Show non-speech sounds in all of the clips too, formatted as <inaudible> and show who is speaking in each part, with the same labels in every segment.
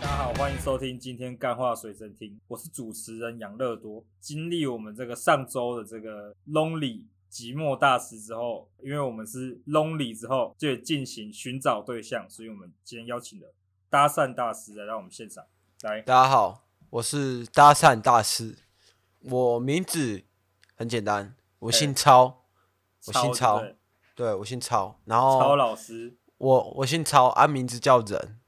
Speaker 1: 大家好，欢迎收听今天干话随身听，我是主持人养乐多。经历我们这个上周的这个 Lonely 寂寞大师之后，因为我们是 Lonely 之后就进行寻找对象，所以我们今天邀请了搭讪大师来到我们现场。来，
Speaker 2: 大家好，我是搭讪大师。我名字很简单，我姓超，我姓
Speaker 1: 超
Speaker 2: 超
Speaker 1: 对不对，
Speaker 2: 对我姓超。然
Speaker 1: 超
Speaker 2: 后
Speaker 1: 老师，
Speaker 2: 我我姓超，啊，名字叫人。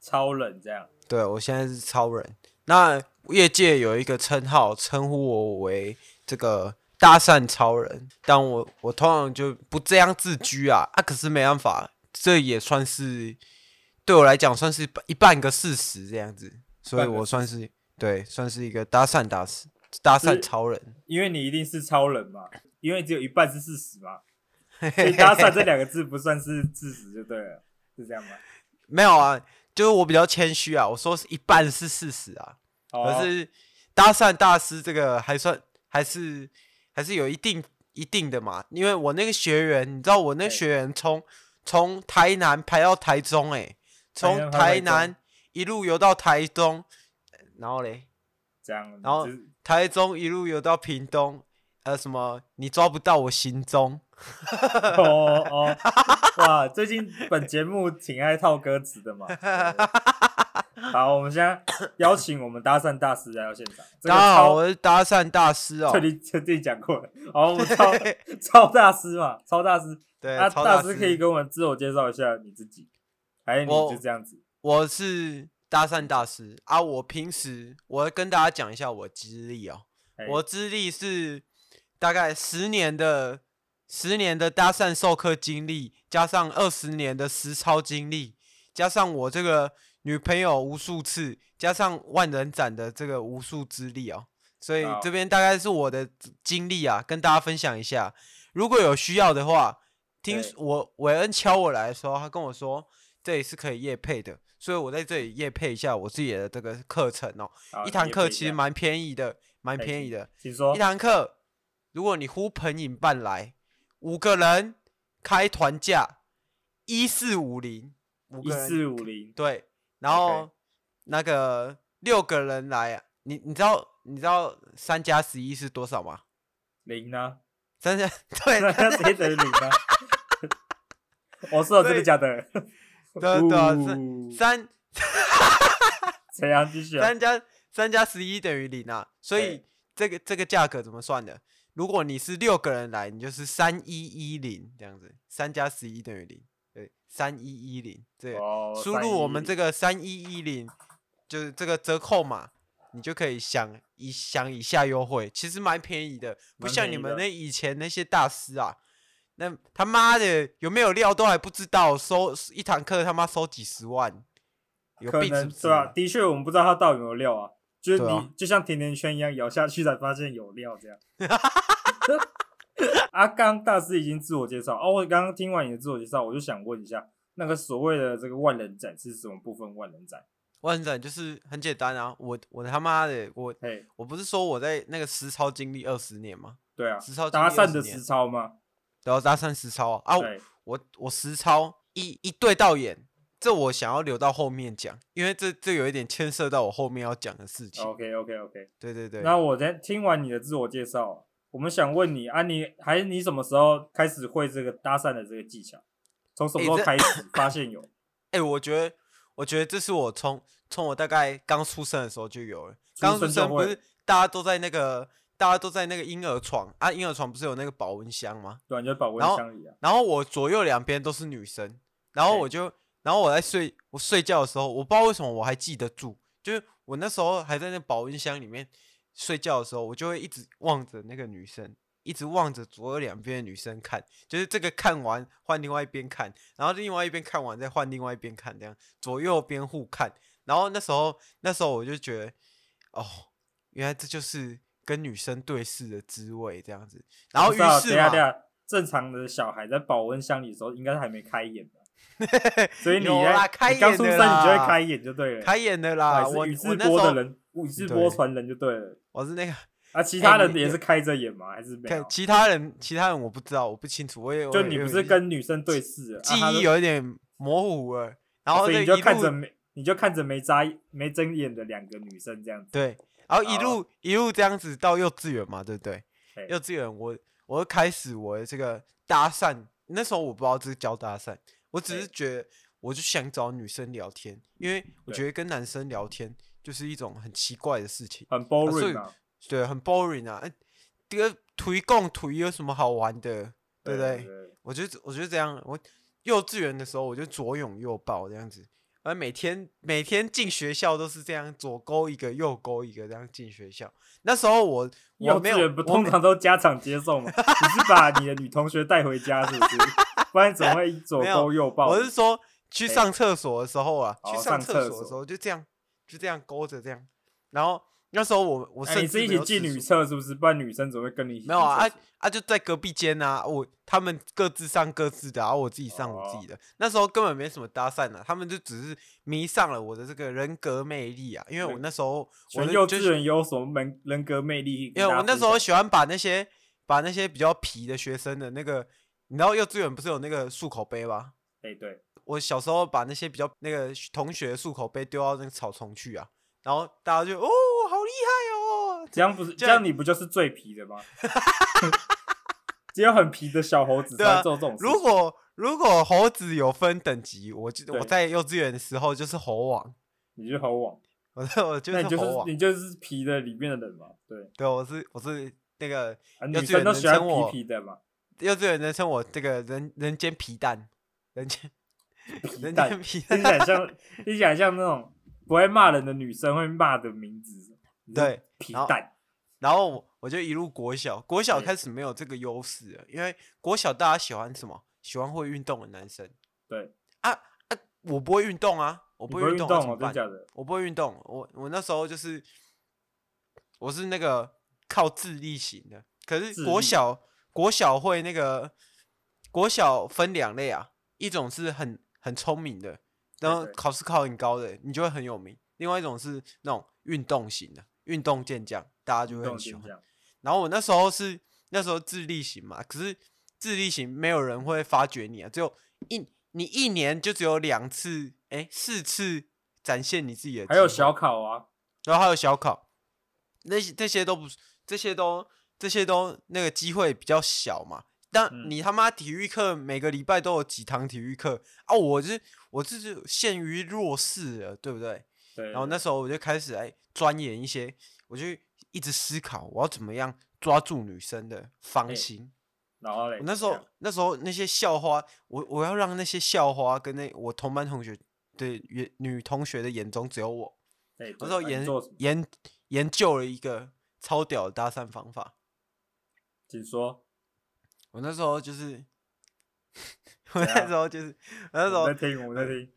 Speaker 1: 超冷这样。
Speaker 2: 对我现在是超人。那业界有一个称号，称呼我为这个搭讪超人，但我我通常就不这样自居啊啊！可是没办法，这也算是对我来讲算是一半个事实这样子，所以
Speaker 1: 半个
Speaker 2: 我算是对算是一个搭讪大师，搭
Speaker 1: 是
Speaker 2: 讪超人。
Speaker 1: 因为你一定是超人嘛，因为只有一半是事实嘛，
Speaker 2: <laughs>
Speaker 1: 所以搭讪这两个字不算是事实就对了，是这样吗？
Speaker 2: 没有啊，就是我比较谦虚啊，我说是一半是事实啊，
Speaker 1: 哦
Speaker 2: 可是搭讪大师这个还算还是还是有一定一定的嘛，因为我那个学员，你知道我那
Speaker 1: 哎
Speaker 2: 个学员从从台南排到台中、欸，从
Speaker 1: 台南排到台
Speaker 2: 台南一路游到台中，然后嘞，
Speaker 1: 这样，
Speaker 2: 然后
Speaker 1: 就是 <laughs>
Speaker 2: 台中一路游到屏东，呃，什么你抓不到我行踪，
Speaker 1: 哦哦，哇，最近本节目挺爱套歌词的嘛。对好，我们现在邀请我们搭讪大师来到现场。这个
Speaker 2: 大家好，
Speaker 1: 超
Speaker 2: 啊我是搭讪大师哦
Speaker 1: 这，里这里讲过了，好，我们超超大师嘛，超大师，
Speaker 2: 对，
Speaker 1: 那
Speaker 2: 超
Speaker 1: 啊大
Speaker 2: 师
Speaker 1: 师可以跟我们自我介绍一下你自己，还有你
Speaker 2: 我
Speaker 1: 就这样子，
Speaker 2: 我是搭讪大师啊！我平时我跟大家讲一下我资历哦，
Speaker 1: 哎
Speaker 2: 我资历是大概十年的十年的搭讪授课经历，加上二十年的实操经历，加上我这个女朋友无数次，加上万人斩的这个无数资历哦，所以
Speaker 1: 好
Speaker 2: 这边大概是我的经历啊，跟大家分享一下。如果有需要的话，听
Speaker 1: 对
Speaker 2: 我韦恩敲我来的时候，他跟我说这里是可以夜配的，所以我在这里夜配一下我自己的这个课程哦。
Speaker 1: 好
Speaker 2: 一堂课其
Speaker 1: 你也
Speaker 2: 实，
Speaker 1: 可以
Speaker 2: 蛮便宜的，蛮
Speaker 1: 哎
Speaker 2: 便宜的。
Speaker 1: 这样请说
Speaker 2: 一，堂课，如果你呼朋引伴来，五个人开团价一四五零，五
Speaker 1: 一
Speaker 2: 个人
Speaker 1: 四五零，
Speaker 2: 对，然
Speaker 1: OK
Speaker 2: 后那个六个人来啊，你你知道你知道三加十一是多少吗？
Speaker 1: 零
Speaker 2: <laughs>
Speaker 1: 呢？
Speaker 2: 三加
Speaker 1: <laughs>
Speaker 2: 对
Speaker 1: 那
Speaker 2: 三加
Speaker 1: <laughs> 谁等于零呢？我说的真的假的？
Speaker 2: 对对啊
Speaker 1: 呜
Speaker 2: 三
Speaker 1: 怎样继续啊？
Speaker 2: <laughs> 三加三加十一等于零啊，所以
Speaker 1: 对
Speaker 2: 这个这个价格怎么算的？如果你是六个人来，你就是三一一零这样子，三加十一等于零，对，三一一零，这个
Speaker 1: 哦
Speaker 2: 输入我们这
Speaker 1: 个
Speaker 2: 个三一一零，就是这个折扣码，你就可以享以享以下优惠，其实蛮便宜的，不
Speaker 1: 蛮
Speaker 2: 像
Speaker 1: 便
Speaker 2: 你
Speaker 1: 宜
Speaker 2: 们
Speaker 1: 的
Speaker 2: 那以前那些大师啊，那他妈的有没有料都还不知道，收一堂课他妈收几十万，有
Speaker 1: 可
Speaker 2: 病是
Speaker 1: 能
Speaker 2: 不是啊
Speaker 1: 对啊吧？的确，我们不知道它到底有没有料啊，就是你
Speaker 2: 对啊
Speaker 1: 就像甜甜圈一样咬下去才发现有料
Speaker 2: <laughs>
Speaker 1: 这样。啊，刚刚大师已经自我介绍哦，我刚刚听完你的自我介绍，我就想问一下，那个所谓的这个万人展是什么部分？万人展，
Speaker 2: 万人就是很简单啊，我我他妈的我
Speaker 1: 嘿，
Speaker 2: 我不是说我在那个实操经历二十年吗？
Speaker 1: 对啊，
Speaker 2: 实操经历
Speaker 1: 搭讪
Speaker 2: 20
Speaker 1: 的
Speaker 2: 年
Speaker 1: 实操吗？
Speaker 2: 然后搭讪实操啊，啊
Speaker 1: 对，
Speaker 2: 我我实操一一对到眼，这我想要留到后面讲，因为这这有一点牵涉到我后面要讲的事情。
Speaker 1: OK OK OK，
Speaker 2: 对对对，
Speaker 1: 哦那我在听完你的自我介绍，我们想问你啊你，还你什么时候开始会这个搭讪的这个技巧？从什么时候
Speaker 2: 诶这
Speaker 1: 开始发现
Speaker 2: <coughs>
Speaker 1: 有？
Speaker 2: 哎、我觉得我觉得这是我从从我大概刚出生的时候就有了，
Speaker 1: 出
Speaker 2: 刚出
Speaker 1: 生就
Speaker 2: 生不
Speaker 1: 会
Speaker 2: 是大家都在那个大家都在那个婴儿床啊，婴儿床不是有那个保温箱吗？
Speaker 1: 对啊，你就保温
Speaker 2: 然后
Speaker 1: 箱里啊。
Speaker 2: 然后我左右两边都是女生，然后
Speaker 1: 对
Speaker 2: 我就，然后我在睡，我睡觉的时候，我不知道为什么我还记得住，就是我那时候还在那保温箱里面睡觉的时候，我就会一直望着那个女生，一直望着左右两边的女生看，就是这个看完换另外一边看，然后另外一边看完再换另外一边看，这样左右边互看，然后那时候那时候我就觉得，哦，原来这就是跟女生对视的滋味，这样子。然后
Speaker 1: 不
Speaker 2: 于
Speaker 1: 知道等
Speaker 2: 是
Speaker 1: 一下等一
Speaker 2: 嘛，
Speaker 1: 下，正常的小孩在保温箱里的时候，应该还没开眼吧？
Speaker 2: <laughs>
Speaker 1: 所以你
Speaker 2: 有啦
Speaker 1: 在
Speaker 2: 开
Speaker 1: 你刚
Speaker 2: 眼
Speaker 1: 出
Speaker 2: 的
Speaker 1: 生，你就会
Speaker 2: 啦
Speaker 1: 开眼就对了。
Speaker 2: 开眼的
Speaker 1: 啊
Speaker 2: 啦，
Speaker 1: 是
Speaker 2: 我
Speaker 1: 宇
Speaker 2: 我
Speaker 1: 智
Speaker 2: 那时
Speaker 1: 波的
Speaker 2: 候
Speaker 1: 人，宇智
Speaker 2: 对
Speaker 1: 波传人就对了。
Speaker 2: 我是那个
Speaker 1: 啊，其他人
Speaker 2: 你
Speaker 1: 也是开着眼吗？还是没
Speaker 2: 看
Speaker 1: 有？
Speaker 2: 其他人，其他人我不知道，我不清楚，我也
Speaker 1: 就
Speaker 2: 我也
Speaker 1: 你
Speaker 2: 有
Speaker 1: 不是
Speaker 2: 点
Speaker 1: 跟女生对视了，啊
Speaker 2: 记
Speaker 1: 他
Speaker 2: 忆
Speaker 1: 就
Speaker 2: 有一点模糊了，然后
Speaker 1: 所以
Speaker 2: 这
Speaker 1: 你
Speaker 2: 一
Speaker 1: 就看着
Speaker 2: 路
Speaker 1: 没，你就看着没眨没睁眼的两个女生这样子。
Speaker 2: 对，然后一
Speaker 1: 好
Speaker 2: 路一路这样子到幼稚园嘛，对不对
Speaker 1: 哦对？
Speaker 2: 幼稚园我我会开始我的这个搭讪，那时候我不知道这是叫搭讪，我只是
Speaker 1: 对
Speaker 2: 觉得我就想找女生聊天，因为我
Speaker 1: 对
Speaker 2: 觉得跟男生聊天就是一种很奇怪的事情，
Speaker 1: 很
Speaker 2: 所以
Speaker 1: boring 啊，
Speaker 2: 对，很 boring 啊。哎这个推共推有什么好玩的，对不对？我觉得我觉得这样，我幼稚园的时候我就左拥右抱这样子，而每天每天进学校都是这样左勾一个右勾一个这样进学校。那时候我我
Speaker 1: 幼
Speaker 2: 没
Speaker 1: 稚
Speaker 2: 有
Speaker 1: 园不
Speaker 2: 我
Speaker 1: 通
Speaker 2: 没
Speaker 1: 常都家长接送吗？ <laughs> 你是把你的女同学带回家是不 <laughs> 是？不然怎么会左
Speaker 2: 没有
Speaker 1: 勾右抱？
Speaker 2: 我是说去
Speaker 1: 哎
Speaker 2: 上厕所的时候啊，
Speaker 1: 哦
Speaker 2: 去
Speaker 1: 上
Speaker 2: 厕
Speaker 1: 厕
Speaker 2: 所的时
Speaker 1: 所
Speaker 2: 候就这样就这样勾着这样，然后那时候我我
Speaker 1: 哎、
Speaker 2: 甚
Speaker 1: 你
Speaker 2: 至
Speaker 1: 是一
Speaker 2: 没
Speaker 1: 起
Speaker 2: 有
Speaker 1: 进
Speaker 2: 吃
Speaker 1: 女
Speaker 2: 素
Speaker 1: 厕是不是？不然女生怎么会跟你一起
Speaker 2: 没有啊
Speaker 1: 进厕
Speaker 2: 啊啊就在隔壁间啊，我他们各自上各自的，然、后我自己上我自
Speaker 1: 哦
Speaker 2: 己的。那时候根本没什么搭讪啊，他们就只是迷上了我的这个人格魅力啊，因为我那时候
Speaker 1: 所
Speaker 2: 我
Speaker 1: 全
Speaker 2: 的
Speaker 1: 幼
Speaker 2: 就
Speaker 1: 稚园有什么门人格魅力跟
Speaker 2: 因
Speaker 1: 大
Speaker 2: 为
Speaker 1: 家分
Speaker 2: 我
Speaker 1: 享？
Speaker 2: 那时候喜欢把那些把那些比较皮的学生的那个，你知道幼稚园不是有那个漱口杯吗？
Speaker 1: 哎、对，
Speaker 2: 我小时候把那些比较那个同学的漱口杯丢到那个草丛去啊，然后大家就哦好厉害哦，
Speaker 1: 这
Speaker 2: <laughs>
Speaker 1: 样不是
Speaker 2: 这
Speaker 1: 这
Speaker 2: 样
Speaker 1: 样你不就是最皮的吗？
Speaker 2: <laughs>
Speaker 1: 只有很皮的小猴子
Speaker 2: 对
Speaker 1: 才会
Speaker 2: 啊
Speaker 1: 做这种事情。
Speaker 2: 如果如果猴子有分等级，我就我
Speaker 1: 对
Speaker 2: 在幼稚园的时候就是猴王，
Speaker 1: 你是猴王，
Speaker 2: 我我就
Speaker 1: 那你
Speaker 2: 是
Speaker 1: 就
Speaker 2: 猴啊
Speaker 1: 是
Speaker 2: 王，
Speaker 1: 你就是皮的里面的人嘛，对
Speaker 2: 对，我是我是那个
Speaker 1: 啊，
Speaker 2: 幼
Speaker 1: 女
Speaker 2: 稚园
Speaker 1: 生都
Speaker 2: 人
Speaker 1: 喜欢
Speaker 2: 称我
Speaker 1: 皮皮的
Speaker 2: <laughs>
Speaker 1: 嘛，
Speaker 2: 幼稚园人称我这个人人间皮蛋，人间
Speaker 1: 皮
Speaker 2: 人
Speaker 1: 蛋
Speaker 2: 间，皮
Speaker 1: 听
Speaker 2: 蛋 <laughs>
Speaker 1: 起，来像听起来像那种不会骂人的女生会骂的名字，你是
Speaker 2: 对
Speaker 1: 皮
Speaker 2: 然后
Speaker 1: 蛋，
Speaker 2: 然后我我就一路国小，国小
Speaker 1: 对
Speaker 2: 开始没有这个优势了，因为国小大家喜欢什么？喜欢会运动的男生
Speaker 1: 对，
Speaker 2: 啊啊！我不会运动啊，我
Speaker 1: 你不
Speaker 2: 不会
Speaker 1: 会
Speaker 2: 运
Speaker 1: 运
Speaker 2: 动、
Speaker 1: 动
Speaker 2: 啊，
Speaker 1: 哦
Speaker 2: 怎么，
Speaker 1: 真
Speaker 2: 办？
Speaker 1: 假的？
Speaker 2: 我不会运动，我我那时候就是我是那个靠智力型的，可是
Speaker 1: 智
Speaker 2: 国
Speaker 1: 力
Speaker 2: 小国小会那个国小分两类啊，一种是很很聪明的，然后
Speaker 1: 对
Speaker 2: 考试考很高的，你就会很有名；，另外一种是那种运动型的，运动健将，大家就
Speaker 1: 运
Speaker 2: 会
Speaker 1: 动
Speaker 2: 很喜
Speaker 1: 健
Speaker 2: 欢。
Speaker 1: 将，
Speaker 2: 然后我那时候是那时候智力型嘛，可是智力型没有人会发掘你啊，只有一你一年就只有两次，哎，四次展现你自己的。
Speaker 1: 还有小，考啊，
Speaker 2: 然后还有小考，那些这些都不，这些都这些都那个机会比较小嘛。但
Speaker 1: 嗯
Speaker 2: 你他妈体育课每个礼拜都有几堂体育课啊！我是我这是陷于弱势了，对不对？
Speaker 1: 对，
Speaker 2: 然后那时候我就开始来钻研一些，我就一直思考我要怎么样抓住女生的芳
Speaker 1: 哎
Speaker 2: 心。
Speaker 1: 然后嘞
Speaker 2: 我，那时
Speaker 1: 怎
Speaker 2: 候
Speaker 1: 样
Speaker 2: 那时候那些校花，我我要让那些校花跟那我同班同学的眼女同学的眼中只有我。
Speaker 1: 哎，对
Speaker 2: 我那时候
Speaker 1: 啊你
Speaker 2: 研
Speaker 1: 做什么？
Speaker 2: 研研究了一个超屌的搭讪方法。
Speaker 1: 请说，
Speaker 2: 我那时候就是， <laughs> 我
Speaker 1: 怎
Speaker 2: 那
Speaker 1: 样
Speaker 2: 时候就是，我那时
Speaker 1: 啊我
Speaker 2: 候
Speaker 1: 们在听，我们在听，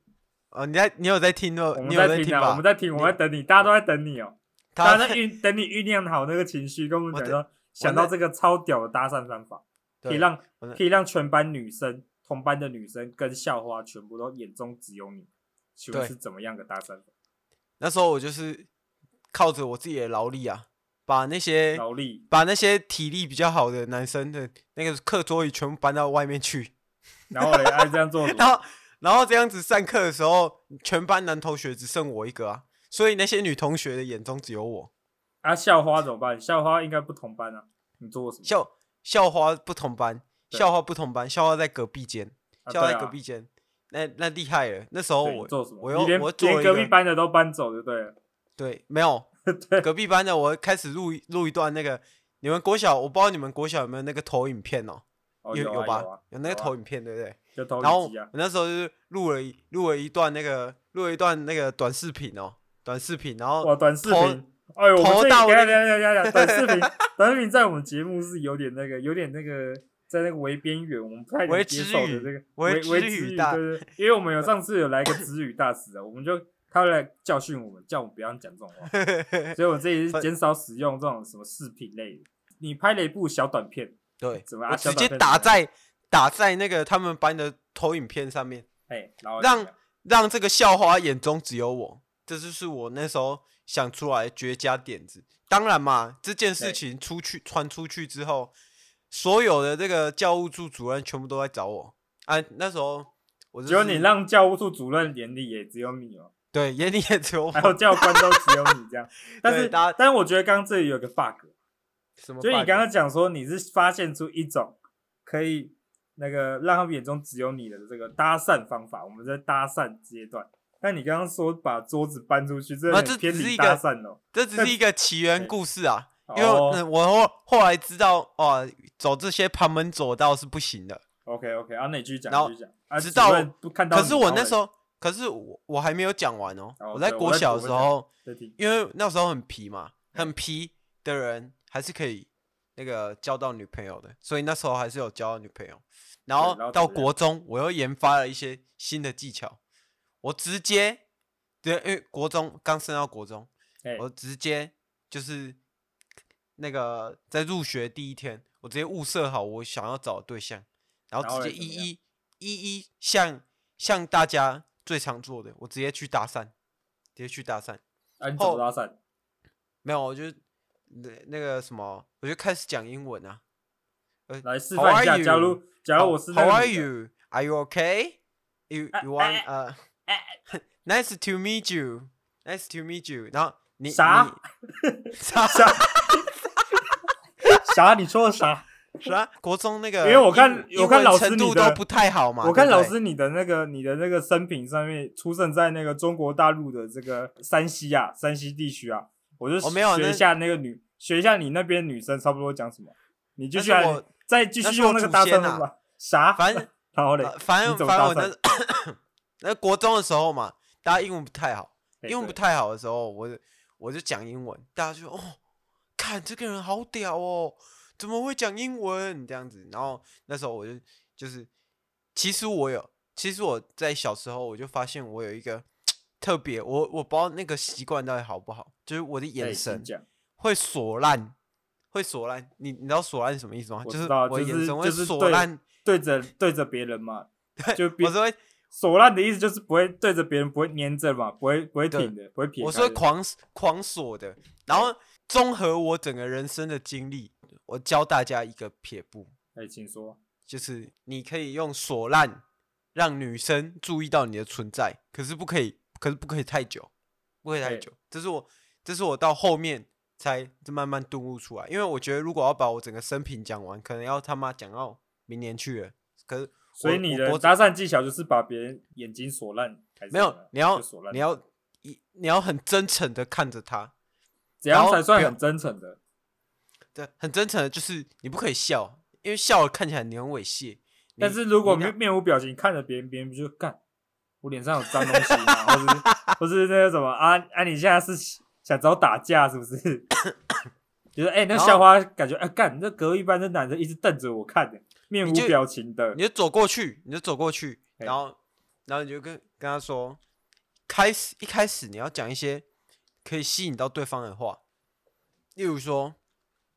Speaker 2: 哦，你在你有在听哦
Speaker 1: 我，们
Speaker 2: 你有
Speaker 1: 在
Speaker 2: 听
Speaker 1: 听啊，
Speaker 2: 吧？
Speaker 1: 我们在听，我们在等你，大家都在等你哦。
Speaker 2: 他
Speaker 1: 大家在酝等你酝酿好那个情绪，跟我们讲
Speaker 2: 我
Speaker 1: 说，想到这个超屌的搭讪方法，可以
Speaker 2: 对
Speaker 1: 让
Speaker 2: 我的
Speaker 1: 可以让全班女生、同班的女生跟校花全部都眼中只有你，请问
Speaker 2: 对
Speaker 1: 是怎么样的搭讪法？
Speaker 2: 那时候我就是靠着我自己的劳力啊，把那些
Speaker 1: 劳力，
Speaker 2: 把那些体力比较好的男生的那个课桌椅全部搬到外面去，
Speaker 1: 然后嘞，哎，这样做什
Speaker 2: 然 <laughs>
Speaker 1: 么？
Speaker 2: 后然后这样子上课的时候，全班男同学只剩我一个啊，所以那些女同学的眼中只有我。
Speaker 1: 啊，校花怎么办？校花应该不同班啊，你做过什么？
Speaker 2: 校校花不同班，
Speaker 1: 对
Speaker 2: 校花不同班，校花在隔壁间，
Speaker 1: 啊
Speaker 2: 校花在
Speaker 1: 对啊
Speaker 2: 隔壁间，那那厉害了。那时候
Speaker 1: 对你
Speaker 2: 我
Speaker 1: 做什么？
Speaker 2: 我
Speaker 1: 你连
Speaker 2: 又我做了
Speaker 1: 连
Speaker 2: 一
Speaker 1: 隔壁
Speaker 2: 个
Speaker 1: 班的都搬走就对了。
Speaker 2: 对没有
Speaker 1: <laughs> 对，
Speaker 2: 隔壁班的，我开始录一录一段那个你们国小，我不知道你们国小有没有那个投影片哦。
Speaker 1: 哦，
Speaker 2: 有
Speaker 1: 有啊
Speaker 2: 吧
Speaker 1: 有啊，
Speaker 2: 有那个
Speaker 1: 啊
Speaker 2: 投影片，对不对？
Speaker 1: 就投
Speaker 2: 然后我
Speaker 1: 影机啊，
Speaker 2: 那时候就是录了一录了一段那个录了一段那个短视频哦，短视频，然
Speaker 1: 哇，
Speaker 2: 后
Speaker 1: 短视
Speaker 2: 投
Speaker 1: 频。哎呦，我们
Speaker 2: 投
Speaker 1: 这
Speaker 2: 到
Speaker 1: 等下
Speaker 2: 那个
Speaker 1: 等下等下等下，短视
Speaker 2: <laughs>
Speaker 1: 频，短视频在我们节目是有点那个，有点那个，在那个为边缘，我们不太能
Speaker 2: 微
Speaker 1: 接
Speaker 2: 之
Speaker 1: 受的
Speaker 2: 语
Speaker 1: 这个
Speaker 2: 微
Speaker 1: 微
Speaker 2: 之
Speaker 1: 微
Speaker 2: 语
Speaker 1: 之语，
Speaker 2: 大
Speaker 1: 对对，对因为我们有上次有来一个之语大师啊，我们就他会来教训我们，叫我们不要讲这种话。
Speaker 2: <laughs>
Speaker 1: 所以我这里是减少使用这种什么视频类的。你拍了一部小短片，
Speaker 2: 对，
Speaker 1: 怎么啊
Speaker 2: 我
Speaker 1: 小
Speaker 2: 直
Speaker 1: 短
Speaker 2: 接
Speaker 1: 片
Speaker 2: 打
Speaker 1: 怎么
Speaker 2: 在打在那个他们班的投影片上面，
Speaker 1: 哎，然后
Speaker 2: 让让这个校花眼中只有我，这就是我那时候想出来的绝佳点子。当然嘛，这件事
Speaker 1: 对
Speaker 2: 情出去传出去之后，所有的这个教务处主任全部都在找我啊。那时候我就
Speaker 1: 只有
Speaker 2: 是
Speaker 1: 你让教务处主任眼里也只有你哦，
Speaker 2: 对 <laughs> 眼里也只有我
Speaker 1: 还有教官都只有你这样。但是，
Speaker 2: <laughs> 对大家
Speaker 1: 但是我觉得刚刚这里有个 bug，
Speaker 2: 什么 bug？
Speaker 1: 就是你刚刚讲说你是发现出一种可以那个让他们眼中只有你的这个搭讪方法，我们在搭讪阶段。但你刚刚说把桌子搬出去，这
Speaker 2: 啊
Speaker 1: 很
Speaker 2: 这
Speaker 1: 偏
Speaker 2: 只是
Speaker 1: 离
Speaker 2: 一个
Speaker 1: 搭讪哦。
Speaker 2: 这只是一个起源故事啊，因为
Speaker 1: 哦
Speaker 2: 我、嗯我后后来知道哦，走这些旁门左道是不行的。
Speaker 1: OK OK，啊，那你继续讲，
Speaker 2: 然后
Speaker 1: 继续讲。啊，
Speaker 2: 直到
Speaker 1: 主任不看到你，
Speaker 2: 可是我那时
Speaker 1: 候
Speaker 2: 候，可是我我还没有讲完哦。
Speaker 1: 哦
Speaker 2: 我在
Speaker 1: 对
Speaker 2: 国
Speaker 1: 我在
Speaker 2: 小的时候，
Speaker 1: 在听，
Speaker 2: 因为那时候很皮嘛，很皮的人还是可以那个交到女朋友的，所以那时候还是有交到女朋友。
Speaker 1: 然
Speaker 2: 然
Speaker 1: 后
Speaker 2: 后
Speaker 1: 怎
Speaker 2: 到
Speaker 1: 么样
Speaker 2: 国中，我又研发了一些新的技巧，我直接对，因为国中刚升到国中，
Speaker 1: 哎，
Speaker 2: 我直接就是那个在入学第一天，我直接物色好我想要找的对象，然
Speaker 1: 然后
Speaker 2: 后直
Speaker 1: 嘞
Speaker 2: 接
Speaker 1: 怎么
Speaker 2: 一一一一像像大家最常做的，我直接去搭讪，直接去搭讪。
Speaker 1: 啊，你怎么搭讪？
Speaker 2: 没有，我就那那个什么，我就开始讲英文啊。呃
Speaker 1: 来示
Speaker 2: How
Speaker 1: 范一下。
Speaker 2: are you？
Speaker 1: 假如假如我是那
Speaker 2: How
Speaker 1: 个
Speaker 2: are
Speaker 1: 女的
Speaker 2: you? Are you okay? You
Speaker 1: 啊
Speaker 2: you
Speaker 1: 哎
Speaker 2: want 呃、Nice
Speaker 1: uh.
Speaker 2: <laughs> to meet you. Nice to meet you. 然后你
Speaker 1: 啥
Speaker 2: 你 <laughs> 啥
Speaker 1: 啥？啥？你说的啥？
Speaker 2: 啥？国中那个
Speaker 1: 因
Speaker 2: 英，
Speaker 1: 为我看
Speaker 2: 英
Speaker 1: 我看
Speaker 2: 文
Speaker 1: 老师
Speaker 2: 程度
Speaker 1: 你的
Speaker 2: 都不太好嘛。
Speaker 1: 我看
Speaker 2: 对不
Speaker 1: 老
Speaker 2: 对
Speaker 1: 师你的那个你的那个生平上面出生在那个中国大陆的这个山西啊，山西地区啊，我就
Speaker 2: 哦没有
Speaker 1: 学
Speaker 2: 那
Speaker 1: 一下那个女，学一下你那边女生差不多讲什么，你继续
Speaker 2: 那
Speaker 1: 啊
Speaker 2: 是我
Speaker 1: 再继
Speaker 2: 那
Speaker 1: 续
Speaker 2: 是
Speaker 1: 用
Speaker 2: 我
Speaker 1: 那个
Speaker 2: 祖
Speaker 1: 搭
Speaker 2: 先
Speaker 1: 讪
Speaker 2: 啊
Speaker 1: 方法。啥？
Speaker 2: <laughs>
Speaker 1: <laughs>
Speaker 2: 反正
Speaker 1: 然后嘞
Speaker 2: 呃，反
Speaker 1: 你
Speaker 2: 正
Speaker 1: 怎么
Speaker 2: 反正
Speaker 1: 搭
Speaker 2: 我
Speaker 1: 讪？
Speaker 2: 那 <coughs> 那国中的时候嘛，大家英文不太好，
Speaker 1: 哎
Speaker 2: 英文不
Speaker 1: 对
Speaker 2: 太好的时候，我就我就讲英文，大家就哦，看这个人好屌哦，怎么会讲英文这样子？然后那时候我就就是，其实我有，其实我在小时候我就发现我有一个特别，我我不知道那个习惯到底好不好，就是我的
Speaker 1: 哎
Speaker 2: 眼
Speaker 1: 请
Speaker 2: 神
Speaker 1: 讲，
Speaker 2: 会锁烂，会锁烂。你你知道锁烂是什么意思吗？
Speaker 1: 我
Speaker 2: 就是
Speaker 1: 知道
Speaker 2: 我的
Speaker 1: 就
Speaker 2: 眼
Speaker 1: 是
Speaker 2: 神
Speaker 1: 就
Speaker 2: 会
Speaker 1: 是
Speaker 2: 锁
Speaker 1: 对
Speaker 2: 烂，
Speaker 1: 对着对着别人
Speaker 2: <laughs>
Speaker 1: 嘛，就别
Speaker 2: 我是会
Speaker 1: 锁烂的意思就是不会对着别人不会粘着嘛，不会不会
Speaker 2: 对
Speaker 1: 挺的，不会撇开的。
Speaker 2: 我是会狂狂锁的。然后综合我整个人生的经历，我教大家一个撇步，
Speaker 1: 哎，请说。
Speaker 2: 就是你可以用锁烂让女生注意到你的存在，可是不可以，可是不可以太久，不可以太
Speaker 1: 对
Speaker 2: 久。这是我，这是我到后面才慢慢顿悟出来，因为我觉得如果要把我整个生平讲完，可能要他妈讲到明年去了。可是
Speaker 1: 所以
Speaker 2: 我
Speaker 1: 你
Speaker 2: 我
Speaker 1: 的
Speaker 2: 脖子
Speaker 1: 搭讪技巧就是把别人眼睛锁烂，还是
Speaker 2: 没有
Speaker 1: 怎么样，
Speaker 2: 你要
Speaker 1: 啊就锁烂，
Speaker 2: 你要一你要很真诚的看着他，
Speaker 1: 怎样才算
Speaker 2: 然
Speaker 1: 很
Speaker 2: 后
Speaker 1: 真诚的？
Speaker 2: 对，很真诚的，就是你不可以笑，因为笑了看起来你很猥亵。你
Speaker 1: 但是如果
Speaker 2: 你
Speaker 1: 面
Speaker 2: 俩
Speaker 1: 面无表情看着别人，别人不就干我脸上有脏东西吗？或者
Speaker 2: <laughs>
Speaker 1: 是或是那个什么啊啊，你现在是想找打架是不是？ <coughs> 就是哎、那
Speaker 2: 然
Speaker 1: 个
Speaker 2: 后
Speaker 1: 校花感觉哎干，这隔壁班这男的一直瞪着我看的，面无
Speaker 2: 你就
Speaker 1: 表情的
Speaker 2: 你，就走过去，你就走过去，
Speaker 1: 嘿
Speaker 2: 然后然后你就跟跟他说，开始一开始你要讲一些可以吸引到对方的话，例如说，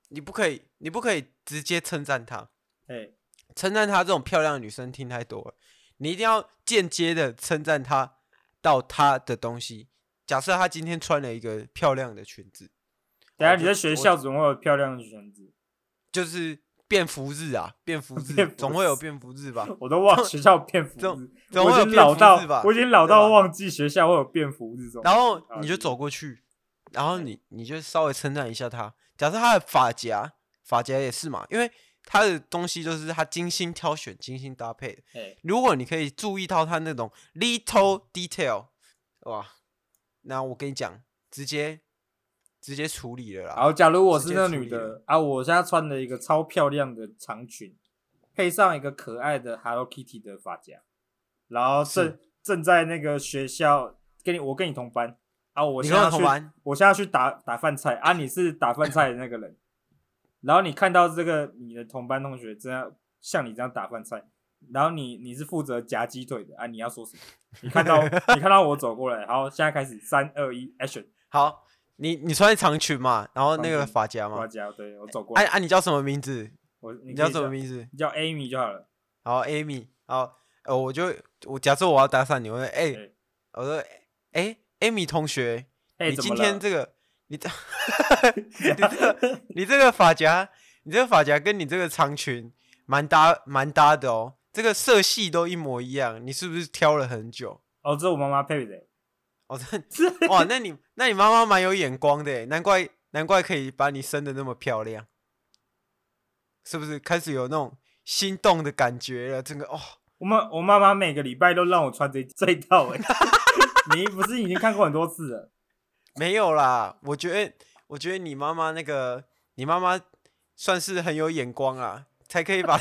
Speaker 2: 你不可以你不可以直接称赞他，
Speaker 1: 哎、
Speaker 2: 称赞他这种漂亮的女生听太多了，你一定要间接的称赞她到她的东西。假设她今天穿了一个漂亮的裙子，
Speaker 1: 等一下
Speaker 2: 我
Speaker 1: 你
Speaker 2: 哦就
Speaker 1: 在学
Speaker 2: 我
Speaker 1: 校总会有漂亮的裙子，
Speaker 2: 就是便服日啊，便服日
Speaker 1: 便服
Speaker 2: 总会有
Speaker 1: 日
Speaker 2: 便服日吧？
Speaker 1: <laughs> 我都忘了学校有便服
Speaker 2: 总
Speaker 1: 日，
Speaker 2: 总
Speaker 1: 我
Speaker 2: 会
Speaker 1: 已
Speaker 2: 有
Speaker 1: 经
Speaker 2: 便
Speaker 1: 老
Speaker 2: 服
Speaker 1: 到
Speaker 2: 日吧
Speaker 1: 我已经老
Speaker 2: 对
Speaker 1: 到
Speaker 2: 吧
Speaker 1: 忘记学校会有便服日这种。
Speaker 2: 然后
Speaker 1: 啊
Speaker 2: 你
Speaker 1: 就
Speaker 2: 就是走过去，然后你你就稍微称赞一下她。假设她的发夹，发夹也是嘛，因为她的东西就是她精心挑选、精心搭配的。
Speaker 1: 哎
Speaker 2: 如果你可以注意到她那种 little detail，哇，那我跟你讲，直接直接处理了
Speaker 1: 然
Speaker 2: 啦。
Speaker 1: 后，假如我
Speaker 2: 直
Speaker 1: 是
Speaker 2: 接
Speaker 1: 那
Speaker 2: 处
Speaker 1: 女
Speaker 2: 理
Speaker 1: 的
Speaker 2: 了
Speaker 1: 啊，我现在穿了一个超漂亮的长裙，配上一个可爱的 Hello Kitty 的发夹，然后正正在那个学校跟你我跟你同班啊，我
Speaker 2: 你
Speaker 1: 现
Speaker 2: 跟
Speaker 1: 在要
Speaker 2: 我同
Speaker 1: 去
Speaker 2: 班，
Speaker 1: 我现在要去打打饭菜啊，你是打饭菜的那个人，然后你看到这个你的同班同学这样像你这样打饭菜，然后你你是负责夹鸡腿的啊，你要说什么？你看
Speaker 2: <laughs>
Speaker 1: 到你看到我走过来，好，现在开始三二一，action！
Speaker 2: 好，你你穿长裙嘛，然后那个
Speaker 1: 长裙
Speaker 2: 发夹
Speaker 1: 我要
Speaker 2: 嘛，
Speaker 1: 夹，对我走过
Speaker 2: 哎
Speaker 1: 来，
Speaker 2: 啊，你叫什么名字？
Speaker 1: 我
Speaker 2: 你
Speaker 1: 你
Speaker 2: 叫
Speaker 1: 可以
Speaker 2: 什么？名字？
Speaker 1: 你叫 Amy 就好了。
Speaker 2: 好，Amy，好，呃，我就我假设我要搭讪你，我说，哎、
Speaker 1: 哎
Speaker 2: 我说，哎、a m y 同学，
Speaker 1: 哎，
Speaker 2: 你
Speaker 1: 怎
Speaker 2: 今
Speaker 1: 么
Speaker 2: 天
Speaker 1: 了？
Speaker 2: 这个，你
Speaker 1: <laughs>
Speaker 2: 这，你这个，你这个发夹，你这个发夹跟你这个长裙蛮搭，蛮搭的哦，这个色系都一模一样，你是不是挑了很久？
Speaker 1: 哦，这是我妈妈配的。
Speaker 2: 哦，这哇，那你那你妈妈蛮有眼光的耶，难怪难怪可以把你生的那么漂亮，是不是开始有那种心动的感觉了？整个哦，
Speaker 1: 我妈我妈妈每个礼拜都让我穿这这一套
Speaker 2: <laughs>
Speaker 1: 哎、你不是已经看过很多次了？
Speaker 2: 没有啦，我觉得我觉得你妈妈那个你妈妈算是很有眼光啊，才可以把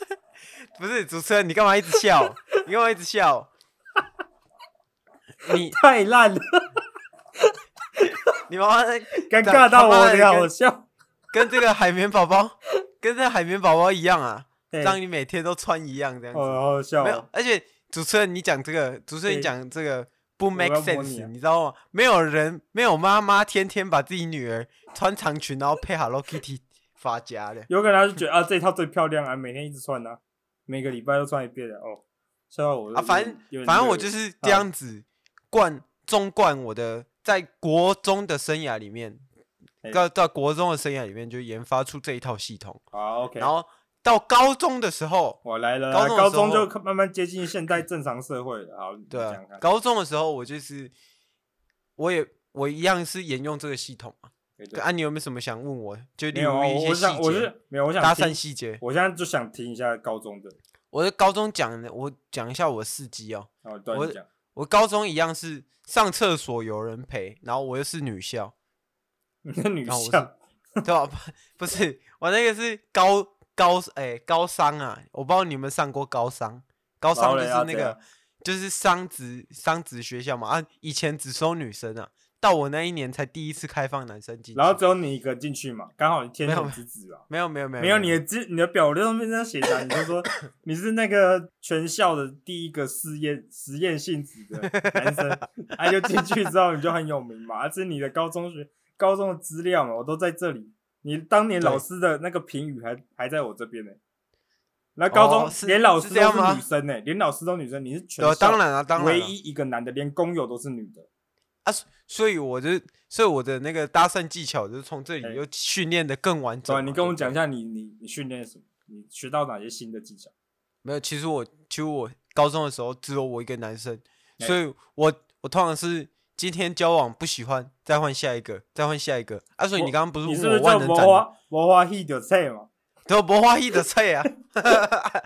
Speaker 2: <laughs> 不是主持人，你干嘛一直笑？你干嘛一直笑？你
Speaker 1: 太
Speaker 2: <laughs>
Speaker 1: 烂了，
Speaker 2: 你妈妈在
Speaker 1: 尴尬到我
Speaker 2: 他妈的
Speaker 1: 了，
Speaker 2: 跟
Speaker 1: 我笑。
Speaker 2: 跟这个海绵宝宝，跟这个海绵宝宝一样啊，
Speaker 1: 对
Speaker 2: 让你每天都穿一样这样子。
Speaker 1: 哦，好好笑
Speaker 2: 没有
Speaker 1: 哦。，
Speaker 2: 而且主持人你讲这个，主持人你
Speaker 1: 对
Speaker 2: 讲这个不 make
Speaker 1: 要摸你
Speaker 2: sense，
Speaker 1: 啊
Speaker 2: 你知道吗？没有人，没有妈妈天天把自己女儿穿长裙，然后配
Speaker 1: <laughs>
Speaker 2: Hello Kitty 发夹的。
Speaker 1: 有可能她就觉得啊，这一套最漂亮啊，每天一直穿啊，每个礼拜都穿一遍的哦。笑到我
Speaker 2: 啊，反正反正我就是是这样
Speaker 1: 嗯
Speaker 2: 子灌纵贯我的在国中的生涯里面，
Speaker 1: 哎
Speaker 2: 到到国中的生涯里面就研发出这一套系统，
Speaker 1: 好 OK。
Speaker 2: 然后到高中的时候，
Speaker 1: 我来了
Speaker 2: 高
Speaker 1: 啊，
Speaker 2: 中的
Speaker 1: 高
Speaker 2: 时候
Speaker 1: 中就慢慢接近现代正常社会了。好，你
Speaker 2: 对啊
Speaker 1: 讲看，
Speaker 2: 高中的时候我就是，我也我一样是沿用这个系统嘛。
Speaker 1: 对对
Speaker 2: 对啊，你有没有什么想问我？就例
Speaker 1: 没有
Speaker 2: 如
Speaker 1: 啊，
Speaker 2: 一
Speaker 1: 我
Speaker 2: 些
Speaker 1: 我想
Speaker 2: 细
Speaker 1: 我
Speaker 2: 节，
Speaker 1: 是没有，我想
Speaker 2: 搭
Speaker 1: 听
Speaker 2: 讪细节。
Speaker 1: 我现在就想听一下高中的。
Speaker 2: 我的高中讲的，我讲一下我的事迹哦。
Speaker 1: 哦，对，
Speaker 2: 我
Speaker 1: 你讲。
Speaker 2: 我高中一样是上厕所有人陪，然后我又是女校，
Speaker 1: 你是女
Speaker 2: 然后哦我是
Speaker 1: 校，
Speaker 2: 对吧、 <laughs> 不不是，我那个是高高哎、高商啊，我不知道你们上过高商，高
Speaker 1: 然
Speaker 2: 商
Speaker 1: 后
Speaker 2: 就
Speaker 1: 嘞
Speaker 2: 是
Speaker 1: 要
Speaker 2: 那
Speaker 1: 怎
Speaker 2: 个
Speaker 1: 样
Speaker 2: 就是商职商职学校嘛啊，以前只收女生啊，到我那一年才第一次开放男生进去。
Speaker 1: 然后只有你一个进去嘛，刚好你天
Speaker 2: 没有
Speaker 1: 选之子吧。
Speaker 2: 没有没 <laughs> 有没有
Speaker 1: 没有你的资，你的表格上面这样写的啊，你就
Speaker 2: <laughs>
Speaker 1: 说你是那个全校的第一个试验实验性质的男生，啊，就进去之后你就很有名嘛，啊这是你的高中学高中的资料嘛，我都在这里。你当年老师的那个评语还还在我这边呢、那高中、
Speaker 2: 哦是
Speaker 1: 连老师
Speaker 2: 是
Speaker 1: 都
Speaker 2: 这样吗
Speaker 1: 女生呢、连老师都女生，你是全
Speaker 2: 对啊，
Speaker 1: 校
Speaker 2: 当然啊，当然啊、
Speaker 1: 唯一一个男的，连工友都是女的。
Speaker 2: 啊，所所以我就所以我的那个搭讪技巧就是从这
Speaker 1: 哎
Speaker 2: 里又训练的更完整
Speaker 1: 对
Speaker 2: 嘛、
Speaker 1: 啊，你跟我
Speaker 2: 对不对
Speaker 1: 讲一下你你你训练什么，你学到哪些新的技巧？
Speaker 2: 没有？其实我其实我高中的时候只有我一个男生，
Speaker 1: 哎
Speaker 2: 所以我我通常是今天交往不喜欢，再换下一个，再换下一个。啊，所以
Speaker 1: 我
Speaker 2: 你刚刚不
Speaker 1: 你
Speaker 2: 问
Speaker 1: 是不
Speaker 2: 我
Speaker 1: 是叫
Speaker 2: 万能
Speaker 1: 魔
Speaker 2: 斩吗？
Speaker 1: 花魔花 he 的菜嘛？
Speaker 2: 对，魔花一的菜啊， <laughs>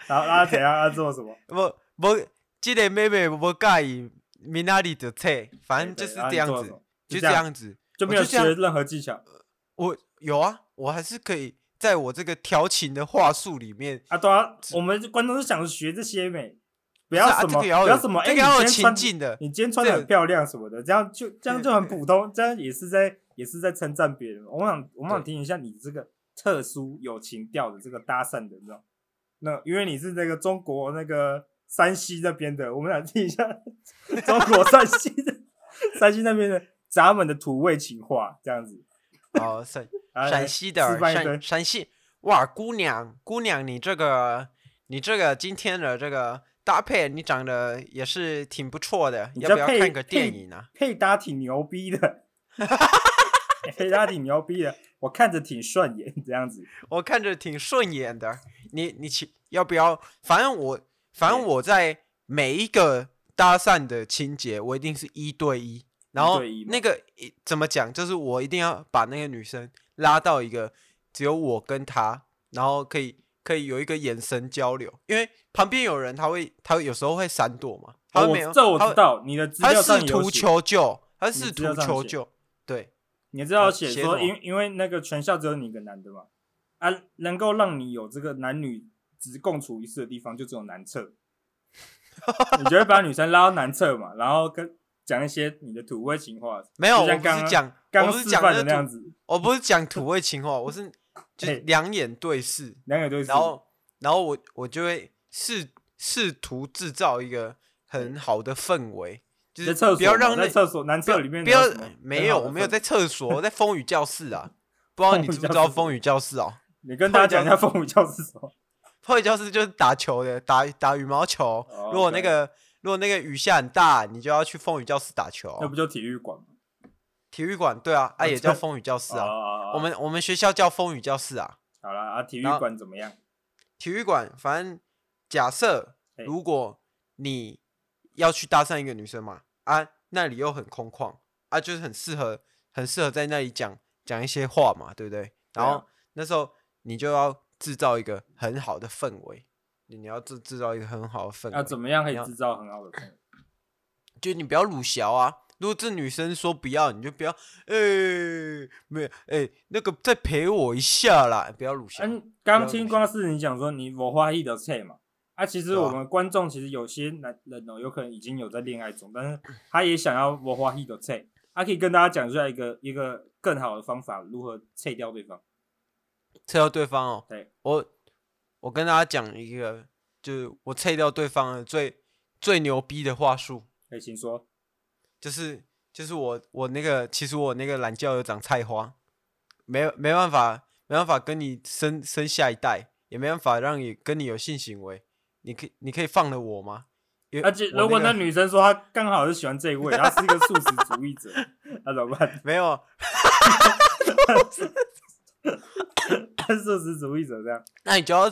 Speaker 1: 然后他怎样？他做什么？
Speaker 2: 我我这个妹妹我介意米娜里的菜， <laughs> 反正
Speaker 1: 对
Speaker 2: 就
Speaker 1: 哎对
Speaker 2: 是
Speaker 1: 然后你做
Speaker 2: 这样
Speaker 1: 了
Speaker 2: 子
Speaker 1: 什么，
Speaker 2: 就
Speaker 1: 就
Speaker 2: 这
Speaker 1: 这样
Speaker 2: 样子。
Speaker 1: 就没有
Speaker 2: 我就这
Speaker 1: 学
Speaker 2: 样
Speaker 1: 任何技巧
Speaker 2: 我有啊，我还是可以在我这个调情的话术里面
Speaker 1: 啊？对啊，我们观众都想学这些美，不
Speaker 2: 不啊
Speaker 1: 要什
Speaker 2: 这
Speaker 1: 么，
Speaker 2: 个
Speaker 1: 不
Speaker 2: 也要
Speaker 1: 要
Speaker 2: 有
Speaker 1: 什么，哎，
Speaker 2: 这
Speaker 1: 你
Speaker 2: 个要有
Speaker 1: 今天
Speaker 2: 情
Speaker 1: 穿，
Speaker 2: 境
Speaker 1: <laughs>
Speaker 2: <laughs> 的。
Speaker 1: 你今天穿的
Speaker 2: 这
Speaker 1: 很
Speaker 2: 个
Speaker 1: 漂亮什么的，这样就这样就很
Speaker 2: 对对
Speaker 1: 普通，这样也是在也是在称赞别人。我想我想
Speaker 2: 对
Speaker 1: 听一下你这个特殊有情调的这个搭讪的，你知道？那因为你是那个中国那个山西那边的，我们想听一下
Speaker 2: <laughs>
Speaker 1: 中国山西的山西那边的咱们的土味情话，这样子。
Speaker 2: 哦，陕
Speaker 1: 啊来
Speaker 2: 陕西的
Speaker 1: 示范一
Speaker 2: 陕
Speaker 1: 堆
Speaker 2: 陕西，哇，姑娘姑娘，你这个你这个今天的这个搭配，你长得也是挺不错的，
Speaker 1: 你
Speaker 2: 要
Speaker 1: 这
Speaker 2: 不要
Speaker 1: 配
Speaker 2: 看个电
Speaker 1: 配
Speaker 2: 影啊？
Speaker 1: 配搭挺牛逼
Speaker 2: <laughs>
Speaker 1: 的，配搭挺牛逼的，我看着挺顺眼这样子。
Speaker 2: 我看着挺顺眼的，你你去要不要？反正我反正
Speaker 1: 对
Speaker 2: 我在每一个搭讪的情节，我一定是一对一，然后
Speaker 1: 对一嘛
Speaker 2: 那个一怎么讲，就是我一定要把那个女生拉到一个只有我跟她，然后可以可以有一个眼神交流，因为旁边有人，他会他会有时候会闪躲嘛，他
Speaker 1: 哦
Speaker 2: 会
Speaker 1: 我
Speaker 2: 没有，
Speaker 1: 这我
Speaker 2: 他
Speaker 1: 知
Speaker 2: 会
Speaker 1: 道，你的资
Speaker 2: 他
Speaker 1: 料
Speaker 2: 会
Speaker 1: 上
Speaker 2: 试
Speaker 1: 有
Speaker 2: 图
Speaker 1: 写，
Speaker 2: 求救，他
Speaker 1: 你
Speaker 2: 试
Speaker 1: 资料
Speaker 2: 图
Speaker 1: 上
Speaker 2: 求
Speaker 1: 写
Speaker 2: 救，对，
Speaker 1: 你知道
Speaker 2: 呃
Speaker 1: 写
Speaker 2: 写
Speaker 1: 说，
Speaker 2: 什么
Speaker 1: 因因为那个全校只有你一个男的嘛，啊，能够让你有这个男女只共处一室的地方，就只有男厕。你就会把女生拉到男厕嘛，然后跟讲一些你的土味情话，
Speaker 2: 没有，
Speaker 1: 就
Speaker 2: 我
Speaker 1: 像
Speaker 2: 不
Speaker 1: 刚
Speaker 2: 是
Speaker 1: 刚
Speaker 2: 讲，我
Speaker 1: 刚
Speaker 2: 不是
Speaker 1: 示
Speaker 2: 讲
Speaker 1: 范
Speaker 2: 那
Speaker 1: 的
Speaker 2: 个
Speaker 1: 那样
Speaker 2: 土
Speaker 1: 子，
Speaker 2: 我哦不是讲
Speaker 1: <laughs>
Speaker 2: 土味情话，我是就是
Speaker 1: 嘿
Speaker 2: 两眼对视，
Speaker 1: 两个对视，
Speaker 2: 然后然后我我就会试试图制造一个很好的氛围，就
Speaker 1: 在
Speaker 2: 是
Speaker 1: 厕所吗，
Speaker 2: 不要让那
Speaker 1: 在厕所男
Speaker 2: 不要
Speaker 1: 厕里面
Speaker 2: 不要
Speaker 1: 有什么
Speaker 2: 没有，
Speaker 1: 很好的
Speaker 2: 我没有
Speaker 1: 氛
Speaker 2: 在厕所，我在风雨教室啊。不知道你知不知道风雨教室哦？
Speaker 1: 你跟大家讲一下风雨教是什么？
Speaker 2: 风雨教室就是打球的，打打羽毛球。
Speaker 1: 哦
Speaker 2: 如果那
Speaker 1: 对
Speaker 2: 个如果那个雨下很大，你就要去风雨教室打球
Speaker 1: 那
Speaker 2: 哦。
Speaker 1: 不就体育馆吗？
Speaker 2: 体育馆对啊，啊
Speaker 1: 哦
Speaker 2: 也
Speaker 1: 这
Speaker 2: 叫风雨教室啊。
Speaker 1: 啊
Speaker 2: 我们我们学校叫风雨教室啊。
Speaker 1: 好啦，啊，体育
Speaker 2: 然后
Speaker 1: 馆怎么样？
Speaker 2: 体育馆，反正假设
Speaker 1: 哎
Speaker 2: 如果你要去搭讪一个女生嘛，啊，那里又很空旷，啊，就是很适合，很适合在那里讲讲一些话嘛，对不对？
Speaker 1: 对啊
Speaker 2: 然后那时候你就要制造一个很好的氛围，你要制制造一个很好的氛围，
Speaker 1: 啊，怎么样可
Speaker 2: 你要
Speaker 1: 以制造很好的氛围？
Speaker 2: 就你不要鲁小啊。如果这女生说不要，你就不要，哎、没有，哎、那个再陪我一下啦，不要鲁小。
Speaker 1: 嗯，刚听光是你讲说你我花一的菜嘛，啊，其实
Speaker 2: 对啊
Speaker 1: 我们观众其实有些男人哦，有可能已经有在恋爱中，但是他也想要我花一的菜，他可以跟大家讲出来一个一个更好的方法，如何菜掉对方。
Speaker 2: 撤掉对方哦。
Speaker 1: 对，
Speaker 2: 我我跟大家讲一个，就是我撤掉对方的最最牛逼的话术，
Speaker 1: 哎，请说，
Speaker 2: 就是就是我我那个其实我那个懒觉有长菜花，没有没办法没办法跟你生生下一代，也没办法让你跟你有性行为，你可以你可以放了我吗？因为
Speaker 1: 而且
Speaker 2: 我
Speaker 1: 啊如果
Speaker 2: 那
Speaker 1: 那
Speaker 2: 个
Speaker 1: 女生说她刚好是喜欢这一位，她是一个素食主义
Speaker 2: <laughs>
Speaker 1: 者，那怎么办？
Speaker 2: 没有
Speaker 1: 她是素食主义者这样，
Speaker 2: 那你就要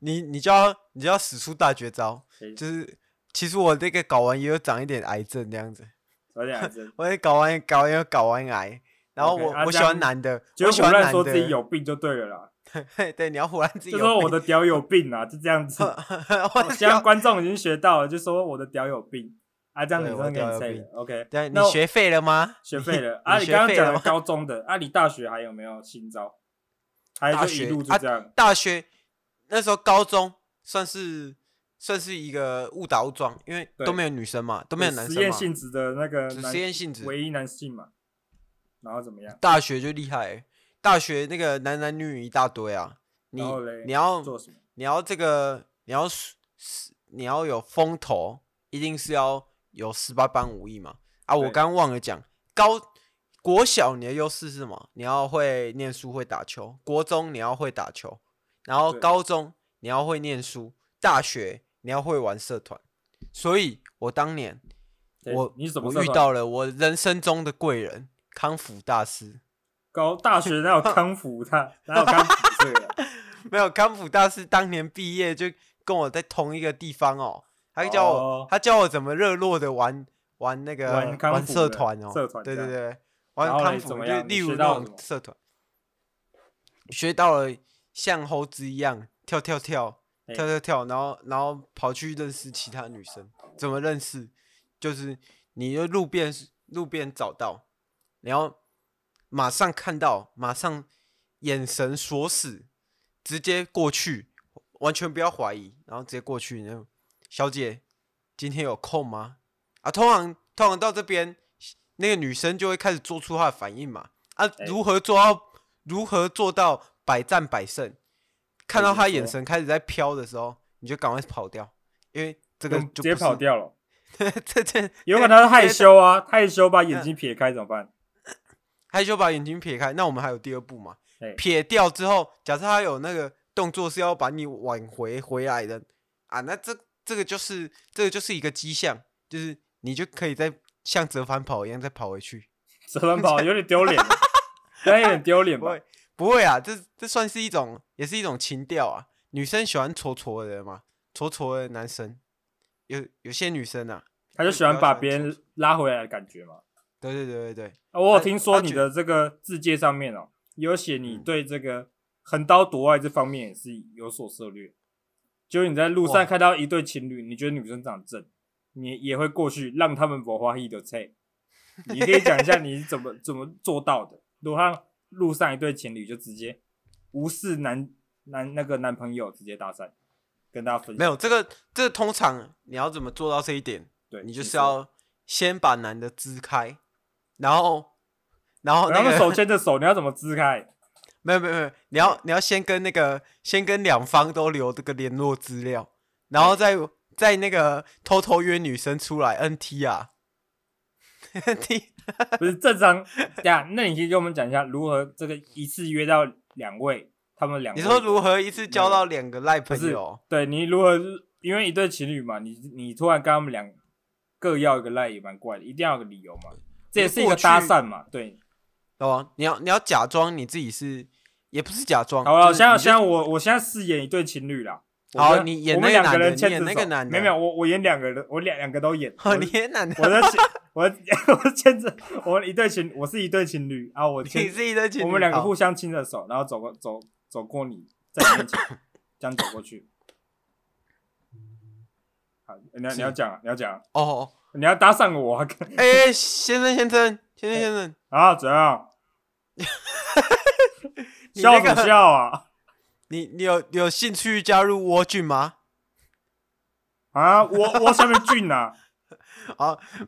Speaker 2: 你你就要你就要使出大绝招
Speaker 1: 可以，
Speaker 2: 就是其实我那个睾丸也有长一点癌症这样子。
Speaker 1: 有点真。
Speaker 2: 我也搞完搞完又搞完癌，然后
Speaker 1: OK，
Speaker 2: 我
Speaker 1: 啊
Speaker 2: 我
Speaker 1: 这
Speaker 2: 喜欢
Speaker 1: 样
Speaker 2: 男的，
Speaker 1: 就
Speaker 2: 我
Speaker 1: 是
Speaker 2: 喜
Speaker 1: 胡
Speaker 2: 欢
Speaker 1: 乱
Speaker 2: 男
Speaker 1: 说自己
Speaker 2: 的，
Speaker 1: 有病就对了啦，
Speaker 2: <laughs> 对，你要胡乱自己
Speaker 1: 就
Speaker 2: 有
Speaker 1: 说我
Speaker 2: 病
Speaker 1: 的屌有病啊，就这样
Speaker 2: <laughs>
Speaker 1: 子。
Speaker 2: 我
Speaker 1: 现在
Speaker 2: 要
Speaker 1: 观众已经学到了，就说我的屌有病啊，这样女
Speaker 2: 对
Speaker 1: 生给你
Speaker 2: 我屌有
Speaker 1: 塞
Speaker 2: 病
Speaker 1: 了，OK？
Speaker 2: <laughs> 对你
Speaker 1: 那我
Speaker 2: 学废了吗？
Speaker 1: 学废了
Speaker 2: 你
Speaker 1: 啊！
Speaker 2: 你
Speaker 1: 你
Speaker 2: 学
Speaker 1: 刚刚
Speaker 2: 废
Speaker 1: 讲
Speaker 2: 了
Speaker 1: 的
Speaker 2: 吗
Speaker 1: 高中的啊，你大学还有没有新招？还
Speaker 2: 大
Speaker 1: 是就一
Speaker 2: 学
Speaker 1: 路就
Speaker 2: 啊
Speaker 1: 这样？
Speaker 2: 大学那时候高中算是算是一个误打误撞，因为
Speaker 1: 对
Speaker 2: 都没有女生嘛，都
Speaker 1: 有
Speaker 2: 没有男
Speaker 1: 实
Speaker 2: 生
Speaker 1: 验
Speaker 2: 嘛，
Speaker 1: 性质的那个
Speaker 2: 只
Speaker 1: 男
Speaker 2: 实验性质。
Speaker 1: 唯一男性嘛，然后怎么样？
Speaker 2: 大学就厉害欸，大学那个男男女女一大堆啊，你
Speaker 1: 然后嘞，
Speaker 2: 你要
Speaker 1: 做什么？
Speaker 2: 你要这个，你要是是你要有风头，一定是要有十八般武艺嘛。啊，我
Speaker 1: 对
Speaker 2: 刚忘了讲，高国小你的优势是什么？你要会念书，会打球；国中你要会打球，然后
Speaker 1: 对
Speaker 2: 高中你要会念书，大学你要会玩社团。所以，我当年
Speaker 1: 对
Speaker 2: 我
Speaker 1: 你是怎么
Speaker 2: 我
Speaker 1: 社
Speaker 2: 遇
Speaker 1: 团
Speaker 2: 到了我人生中的贵人——康复大师。
Speaker 1: 高大学哪有康
Speaker 2: <laughs>
Speaker 1: 复他哪有康复这个啊？
Speaker 2: 没有，康复大师当年毕业就跟我在同一个地方哦，他教我，
Speaker 1: 哦
Speaker 2: 他教我怎么热络的玩玩那个
Speaker 1: 玩康复的
Speaker 2: 社团哦，
Speaker 1: 社团
Speaker 2: 对
Speaker 1: 这
Speaker 2: 对
Speaker 1: 样
Speaker 2: 对，玩
Speaker 1: 然后嘞
Speaker 2: 康复
Speaker 1: 怎么
Speaker 2: 就
Speaker 1: 样
Speaker 2: 例
Speaker 1: 你
Speaker 2: 如
Speaker 1: 学
Speaker 2: 那
Speaker 1: 到了什
Speaker 2: 种
Speaker 1: 么
Speaker 2: 社团，学到了像猴子一样跳跳跳
Speaker 1: 哎
Speaker 2: 跳跳跳，然后然后跑去认识其他女生，怎么认识？就是你就路边路边找到，然后马上看到，马上眼神锁死，直接过去，完全不要怀疑，然后直接过去。然后小姐，今天有空吗？啊，通常通常到这边，那个女生就会开始做出她的反应嘛。啊，
Speaker 1: 哎
Speaker 2: 如何做到如何做到百战百胜？看到
Speaker 1: 怎么
Speaker 2: 她眼
Speaker 1: 说
Speaker 2: 神开始在飘的时候，你就赶快跑掉，因为这个
Speaker 1: 就
Speaker 2: 就
Speaker 1: <laughs> 直接
Speaker 2: 不是
Speaker 1: 跑。掉了。
Speaker 2: <laughs> 这这
Speaker 1: 有可能他是害羞
Speaker 2: <laughs>
Speaker 1: 啊，害羞把眼睛撇开怎么办？
Speaker 2: 害羞把眼睛撇开，那我们还有第二步嘛？
Speaker 1: 哎
Speaker 2: 撇掉之后，假设他有那个动作是要把你挽回回来的啊，那这这个就是这个就是一个迹象，就是你就可以再像折返跑一样再跑回去。
Speaker 1: 折返跑有点丢脸，啊
Speaker 2: <laughs>
Speaker 1: 有点丢脸
Speaker 2: 不
Speaker 1: 吧
Speaker 2: 会？不会啊，这这算是一种也是一种情调啊。女生喜欢挫挫的人嘛，挫挫的男生，有有些女生啊，
Speaker 1: 他就喜欢把别人拉回来的感觉嘛。
Speaker 2: 对对对对对，
Speaker 1: 啊，我有
Speaker 2: 他
Speaker 1: 听说
Speaker 2: 他
Speaker 1: 你
Speaker 2: 觉嗯
Speaker 1: 的这个字界上面哦，有写你对这个横刀夺爱这方面也是有所涉略。就是你在路
Speaker 2: 哇
Speaker 1: 上看到一对情侣，你觉得女生长得正，你也会过去让他们不花一的菜。你可以讲一下你是怎么怎么做到的？如果他路上一对情侣就直接无视男男那个男朋友直接搭讪，跟大家分享
Speaker 2: 没有这个这个通常你要怎么做到这一点？
Speaker 1: 对，
Speaker 2: 你就是
Speaker 1: 说
Speaker 2: 要先把男的支开，然后，然后那
Speaker 1: 然后
Speaker 2: 个
Speaker 1: 手牵着手，你要怎么支开？
Speaker 2: 没有没有没有，你要你要先跟那个先跟两方都留这个联络资料，然后再再那个偷偷约女生出来 NT 啊，NT
Speaker 1: 不是正常。 <laughs> 对啊，那你可以给我们讲一下如何这个一次约到两位，他们两位
Speaker 2: <laughs> 你说如何一次交到两个赖朋友？
Speaker 1: 对你如何？因为一对情侣嘛，你你突然跟他们两各要一个赖也蛮怪的，一定要有个理由嘛。这也是一个
Speaker 2: 过去
Speaker 1: 搭讪嘛，对。
Speaker 2: 哦，你要你要假装你自己是，也不是假装。
Speaker 1: 好了，
Speaker 2: 就是
Speaker 1: 现在
Speaker 2: 你就
Speaker 1: 现在我我现在饰演一对情侣啦。
Speaker 2: 好
Speaker 1: 我跟
Speaker 2: 你演
Speaker 1: 我们
Speaker 2: 那个
Speaker 1: 两个
Speaker 2: 男的
Speaker 1: 人
Speaker 2: 你
Speaker 1: 牵
Speaker 2: 演
Speaker 1: 着
Speaker 2: 那个
Speaker 1: 手
Speaker 2: 男的
Speaker 1: 没有没有，我我演两个人，我两两个都演。
Speaker 2: 哦，
Speaker 1: 我
Speaker 2: 你也男的，
Speaker 1: 我的情 <laughs> 我我牵着我一对情，我是一对情侣啊，我
Speaker 2: 你
Speaker 1: 牵
Speaker 2: 自己的情侣
Speaker 1: 我们两个
Speaker 2: 好
Speaker 1: 互相牵着手，然后走过走走过你，在你面前这样走过去。好，你要
Speaker 2: 是
Speaker 1: 你要讲啊，你要讲啊，
Speaker 2: 哦，
Speaker 1: 你要搭讪我啊！
Speaker 2: 哎、哎先生先生先生先生，
Speaker 1: 啊，怎
Speaker 2: <laughs>
Speaker 1: 样？
Speaker 2: 你
Speaker 1: 笑
Speaker 2: 那
Speaker 1: 什
Speaker 2: 个
Speaker 1: 么笑啊？
Speaker 2: 你你有有兴趣加入蜗郡吗？ <laughs>
Speaker 1: 啊，我我下面俊
Speaker 2: <laughs>
Speaker 1: 啊，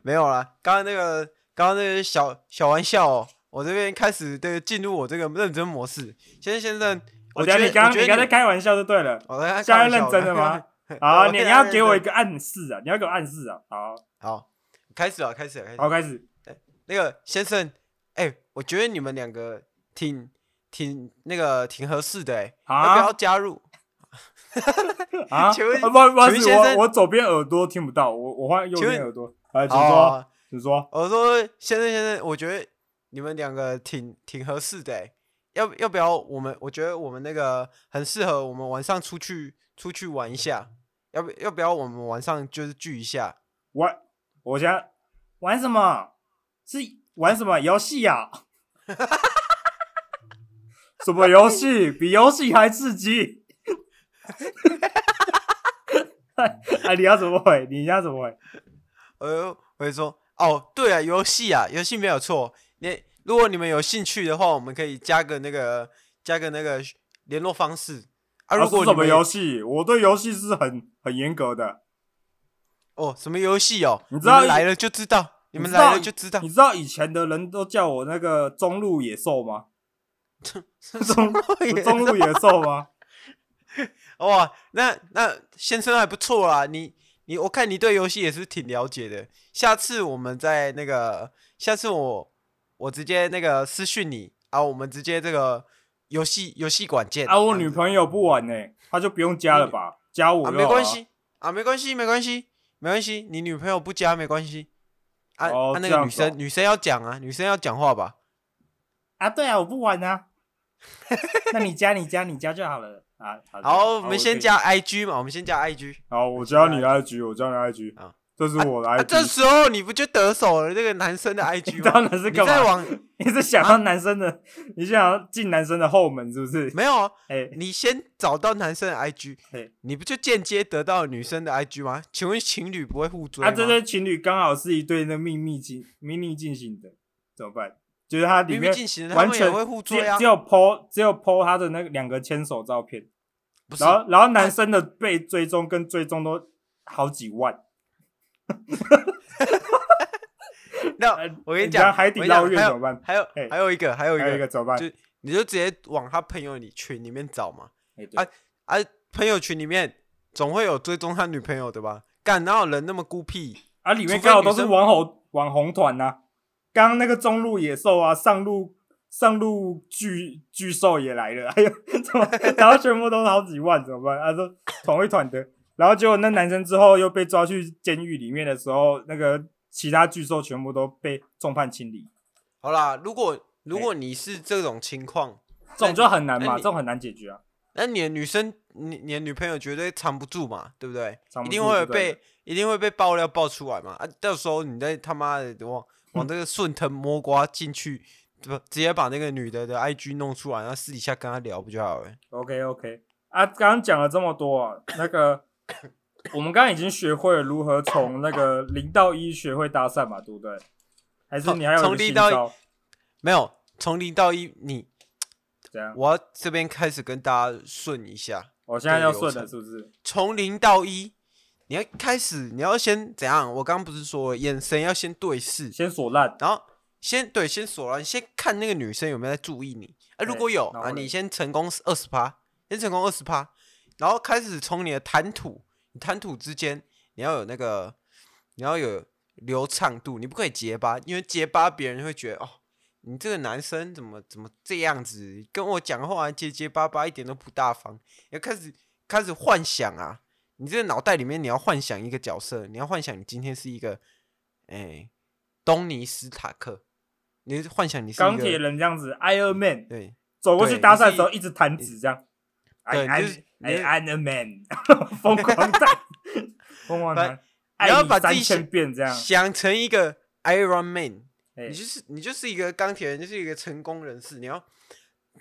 Speaker 2: 没有啦，刚刚那个刚刚那个小小玩笑哦，我这边开始这个进入我这个认真模式。先生先生，我
Speaker 1: 觉
Speaker 2: 觉
Speaker 1: 得
Speaker 2: 得
Speaker 1: 你刚
Speaker 2: 我觉
Speaker 1: 你
Speaker 2: 得
Speaker 1: 刚才开玩笑就对了，
Speaker 2: 我在
Speaker 1: 现在
Speaker 2: 开玩
Speaker 1: 认
Speaker 2: 笑
Speaker 1: 真的？
Speaker 2: 我
Speaker 1: 吗
Speaker 2: <laughs> 在？
Speaker 1: 好，啊
Speaker 2: 我
Speaker 1: 你
Speaker 2: 现
Speaker 1: 你
Speaker 2: 在
Speaker 1: 要
Speaker 2: 认
Speaker 1: 给我一
Speaker 2: 真
Speaker 1: 个暗示啊，你要给我暗示啊。好，
Speaker 2: 好，开始了，开始了，开始了。
Speaker 1: 好，开始。
Speaker 2: 那个先生，哎、我觉得你们两个挺挺那个挺合适的、哎、要
Speaker 1: 啊
Speaker 2: 不要加入？
Speaker 1: 啊，
Speaker 2: 请问
Speaker 1: 啊不好不好意
Speaker 2: 请问
Speaker 1: 思，
Speaker 2: 先生
Speaker 1: 我我左边耳朵听不到，我我换右
Speaker 2: 请问
Speaker 1: 边耳朵。啊，请说，
Speaker 2: 哦，
Speaker 1: 请说。
Speaker 2: 我说先生先生，我觉得你们两个挺挺合适的、哎要要不要我们？我觉得我们那个很适合我们晚上出去出去玩一下，要不要不要我们晚上就是聚一下？
Speaker 1: 玩，我想玩什么？是玩什么游戏呀？ <laughs> 什么游戏？比游戏还刺激？ <laughs> 啊，你要怎么回？你要怎么回？
Speaker 2: 呃，我就说哦，对啊，游戏啊，游戏没有错。你如果你们有兴趣的话，我们可以加个那个加个那个联络方式啊。如
Speaker 1: 啊
Speaker 2: 果
Speaker 1: 是什
Speaker 2: 你
Speaker 1: 么
Speaker 2: 们
Speaker 1: 游戏？我对游戏是很很严格的。
Speaker 2: 哦，什么游戏哦，
Speaker 1: 你知道
Speaker 2: 们来了就知道，你们
Speaker 1: 知道
Speaker 2: 来了就知道 <laughs>
Speaker 1: 你。知道以前的人都叫我那个中路野兽吗？中
Speaker 2: 也
Speaker 1: 中路野兽
Speaker 2: <laughs>
Speaker 1: 吗？
Speaker 2: 哇，那那先生还不错啦，你你我看你对游戏也是挺了解的。下次我们在那个，下次我我直接那个私讯你啊，我们直接这个游戏游戏馆见
Speaker 1: 啊，我
Speaker 2: 这样
Speaker 1: 女
Speaker 2: 子
Speaker 1: 朋友不玩呢、她就不用加了吧？加我、
Speaker 2: 啊，没关。系啊，没关系，没关系，没关系，你女朋友不加没关系。啊、
Speaker 1: 哦
Speaker 2: 啊，那
Speaker 1: 这
Speaker 2: 个
Speaker 1: 样
Speaker 2: 女
Speaker 1: 子哦
Speaker 2: 生、女生要讲啊，女生要讲话吧。
Speaker 1: 啊，对啊，我不玩啊。 <laughs> 那你加你加你加就好了啊。好的
Speaker 2: 好，我们先。
Speaker 1: 可
Speaker 2: 加 IG 嘛，我们先加 IG。
Speaker 1: 以好，我加你的 IG，我加你的 IG
Speaker 2: 啊
Speaker 1: 这是我的
Speaker 2: 啊，这
Speaker 1: IG。
Speaker 2: 时候你不就得手了那个男生的
Speaker 1: <laughs>
Speaker 2: IG
Speaker 1: 当
Speaker 2: 吗？
Speaker 1: 然是
Speaker 2: 你
Speaker 1: 干
Speaker 2: 啊再
Speaker 1: 嘛？
Speaker 2: 往
Speaker 1: 你是想要男生的，你想要进男生的后门是不是？
Speaker 2: 没有啊，
Speaker 1: 哎，
Speaker 2: 你先找到男生的 IG，
Speaker 1: 对
Speaker 2: 你不就间接得到女生的 IG 吗？请问情侣不会互追吗？
Speaker 1: 啊，这对情侣刚好是一对那秘密进秘密进行的，怎么办？就是它里
Speaker 2: 明
Speaker 1: 面
Speaker 2: 明进行了，他
Speaker 1: 完
Speaker 2: 们也
Speaker 1: 全
Speaker 2: 会互
Speaker 1: 只
Speaker 2: 追啊
Speaker 1: 只。有 PO 只有 PO 他的那个两个牵手照片，
Speaker 2: 不是啊
Speaker 1: 然后然后男生的被追踪跟追踪都好几万，
Speaker 2: 那
Speaker 1: 呃
Speaker 2: 我跟你
Speaker 1: 你知道
Speaker 2: 讲，
Speaker 1: 海底捞月
Speaker 2: 还
Speaker 1: 怎
Speaker 2: 有
Speaker 1: 么办？
Speaker 2: 还有
Speaker 1: 哎
Speaker 2: 还有一个，还有一
Speaker 1: 还有一个
Speaker 2: 个，
Speaker 1: 怎么办？
Speaker 2: 就你就直接往他朋友里群里面找嘛。
Speaker 1: 哎对
Speaker 2: 啊啊，朋友群里面总会有追踪他女朋友的吧？干，哪有人那么孤僻？
Speaker 1: 啊，里面
Speaker 2: 除非
Speaker 1: 刚好都
Speaker 2: 女
Speaker 1: 是
Speaker 2: 生
Speaker 1: 网红网红团呐、刚刚那个中路野兽啊，上路上路巨巨兽也来了，还 <laughs> 有怎么，然后全部都是好几万，怎么办？啊，都同一团的，然后结果那男生之后又被抓去监狱里面的时候，那个其他巨兽全部都被重判清理，
Speaker 2: 好啦，如果如果你是这种情况，
Speaker 1: 这种就很难
Speaker 2: 那
Speaker 1: 嘛，
Speaker 2: 你
Speaker 1: 这种很难解决啊。
Speaker 2: 那你的女生，你你的女朋友绝对藏不住嘛，对不对？
Speaker 1: 藏不
Speaker 2: 一
Speaker 1: 住
Speaker 2: 定会有
Speaker 1: 就对了
Speaker 2: 被一定会被爆料爆出来嘛。啊，到时候你再他妈的
Speaker 1: <laughs>
Speaker 2: 往往这个顺藤摸瓜进去，不直接把那个女的的 IG 弄出来，然后私底下跟她聊不就好了？
Speaker 1: OK OK 啊，刚刚讲了这么多、啊，那
Speaker 2: <coughs>
Speaker 1: 个我们刚刚已经学会了如何从那个零到一学会搭讪嘛，对不对？还是
Speaker 2: 从
Speaker 1: 你还有一
Speaker 2: 从
Speaker 1: 个
Speaker 2: 零
Speaker 1: 新
Speaker 2: 到一
Speaker 1: 招？
Speaker 2: 没有，从零到一，你
Speaker 1: 怎样？
Speaker 2: 我要这边开始跟大家顺一下，
Speaker 1: 我现在要顺
Speaker 2: 这个
Speaker 1: 了，
Speaker 2: 流
Speaker 1: 是不是？
Speaker 2: 从零到一，你要开始，你要先怎样？我刚刚不是说了眼神要先对视，
Speaker 1: 先锁烂，
Speaker 2: 然后先对先锁了，你先看那个女生有没有在注意你啊？
Speaker 1: 对
Speaker 2: 如果有
Speaker 1: 然
Speaker 2: 啊，
Speaker 1: 后嘞
Speaker 2: 你先成功二十趴，先成功二十趴，然后开始从你的谈吐，你谈吐之间你要有那个，你要有流畅度，你不可以结巴，因为结巴别人会觉得哦，你这个男生怎么怎么这样子，跟我讲话结结巴巴，一点都不大方。要开始开始幻想啊，你这个脑袋里面你要幻想一个角色，你要幻想你今天是一个，哎、东尼斯塔克，你幻想你是一个
Speaker 1: 钢铁人这样子，Iron Man
Speaker 2: 对。
Speaker 1: 走过去
Speaker 2: 对
Speaker 1: 搭讪的时候一直弹指这样，I
Speaker 2: 对
Speaker 1: I
Speaker 2: 你就是你
Speaker 1: I I'm a man，疯 <laughs> 狂弹，疯狂弹，爱
Speaker 2: 你要
Speaker 1: 你
Speaker 2: 把自
Speaker 1: 三
Speaker 2: 己
Speaker 1: 千
Speaker 2: 想
Speaker 1: 遍这样，
Speaker 2: 想成一个 Iron Man，、
Speaker 1: 哎
Speaker 2: 你就是你就是一个钢铁人，就是一个成功人士。你要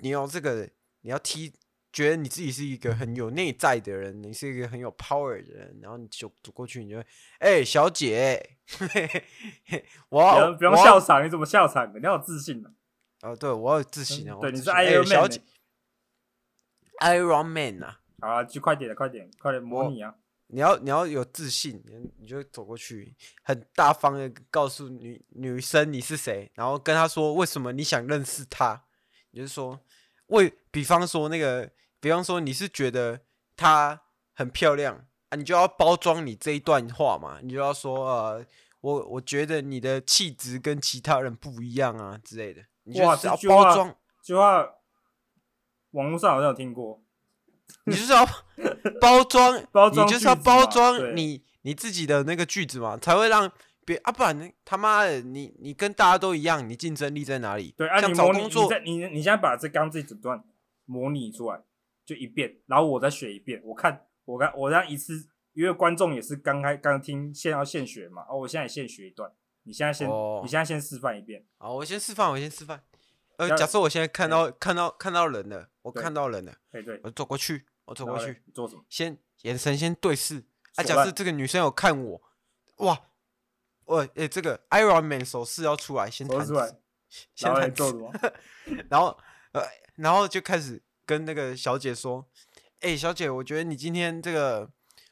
Speaker 2: 你要这个，你要踢，觉得你自己是一个很有内在的人，你是一个很有 power 的人，然后你就走过去，你就会，哎、小姐， <laughs> 我
Speaker 1: 不
Speaker 2: 要
Speaker 1: 要不用
Speaker 2: 我
Speaker 1: 笑
Speaker 2: 要
Speaker 1: 场，你怎么笑场？你要有自信啊
Speaker 2: 哦，对我要有自信啊，
Speaker 1: 嗯
Speaker 2: 我
Speaker 1: 对
Speaker 2: 要
Speaker 1: 你
Speaker 2: 自
Speaker 1: 是
Speaker 2: 信哎
Speaker 1: Iron Man
Speaker 2: 小
Speaker 1: 欸
Speaker 2: 姐，Iron Man 啊，
Speaker 1: 好啊，就快点了，快点，快点模
Speaker 2: 我
Speaker 1: 拟啊！
Speaker 2: 你要你要有自信，你你就走过去，很大方的告诉女女生你是谁，然后跟她说为什么你想认识她，你就说为，比方说那个，比方说你是觉得她很漂亮啊，你就要包装你这一段话嘛，你就要说呃，我我觉得你的气质跟其他人不一样啊之类的，你就
Speaker 1: 哇
Speaker 2: 是
Speaker 1: 这
Speaker 2: 要
Speaker 1: 句
Speaker 2: 包
Speaker 1: 话
Speaker 2: 装，
Speaker 1: 这句话网络上好像有听过，
Speaker 2: 你就是要包装，
Speaker 1: <laughs> 包装
Speaker 2: 你就是要
Speaker 1: 句子嘛
Speaker 2: 包
Speaker 1: 对
Speaker 2: 装你你自己的那个句子嘛，才会让别啊，不然他妈的你你跟大家都一样，你竞争力在哪里？
Speaker 1: 对啊，
Speaker 2: 像
Speaker 1: 你
Speaker 2: 找
Speaker 1: 模拟，
Speaker 2: 工
Speaker 1: 你
Speaker 2: 作
Speaker 1: 在，你你现在把这刚这整段模拟出来，就一遍，然后我再学一遍，我看我看我让一次，因为观众也是刚开刚听，现在要现学嘛，哦，我现在也现学一段，你现在先、
Speaker 2: 哦
Speaker 1: 你现在先示范一遍，
Speaker 2: 好，我先示范，我先示范。呃，
Speaker 1: 那
Speaker 2: 假设我现在看到看到看到人了，我
Speaker 1: 对
Speaker 2: 看到人了，
Speaker 1: 哎对，
Speaker 2: 我走过去，我走
Speaker 1: 然
Speaker 2: 过
Speaker 1: 后嘞
Speaker 2: 去，
Speaker 1: 你做什么？
Speaker 2: 先眼神先对视。啊，
Speaker 1: 手
Speaker 2: 假
Speaker 1: 烂
Speaker 2: 设这个女生有看我，哇，我诶、这个 Iron Man 手势要出来，先
Speaker 1: 说
Speaker 2: 弹
Speaker 1: 出
Speaker 2: 指
Speaker 1: 来，
Speaker 2: 先
Speaker 1: 然后嘞
Speaker 2: 弹
Speaker 1: 做
Speaker 2: 指
Speaker 1: 什么？
Speaker 2: 然后呃，然后就开始跟那个小姐说：“哎、小姐，我觉得你今天这个，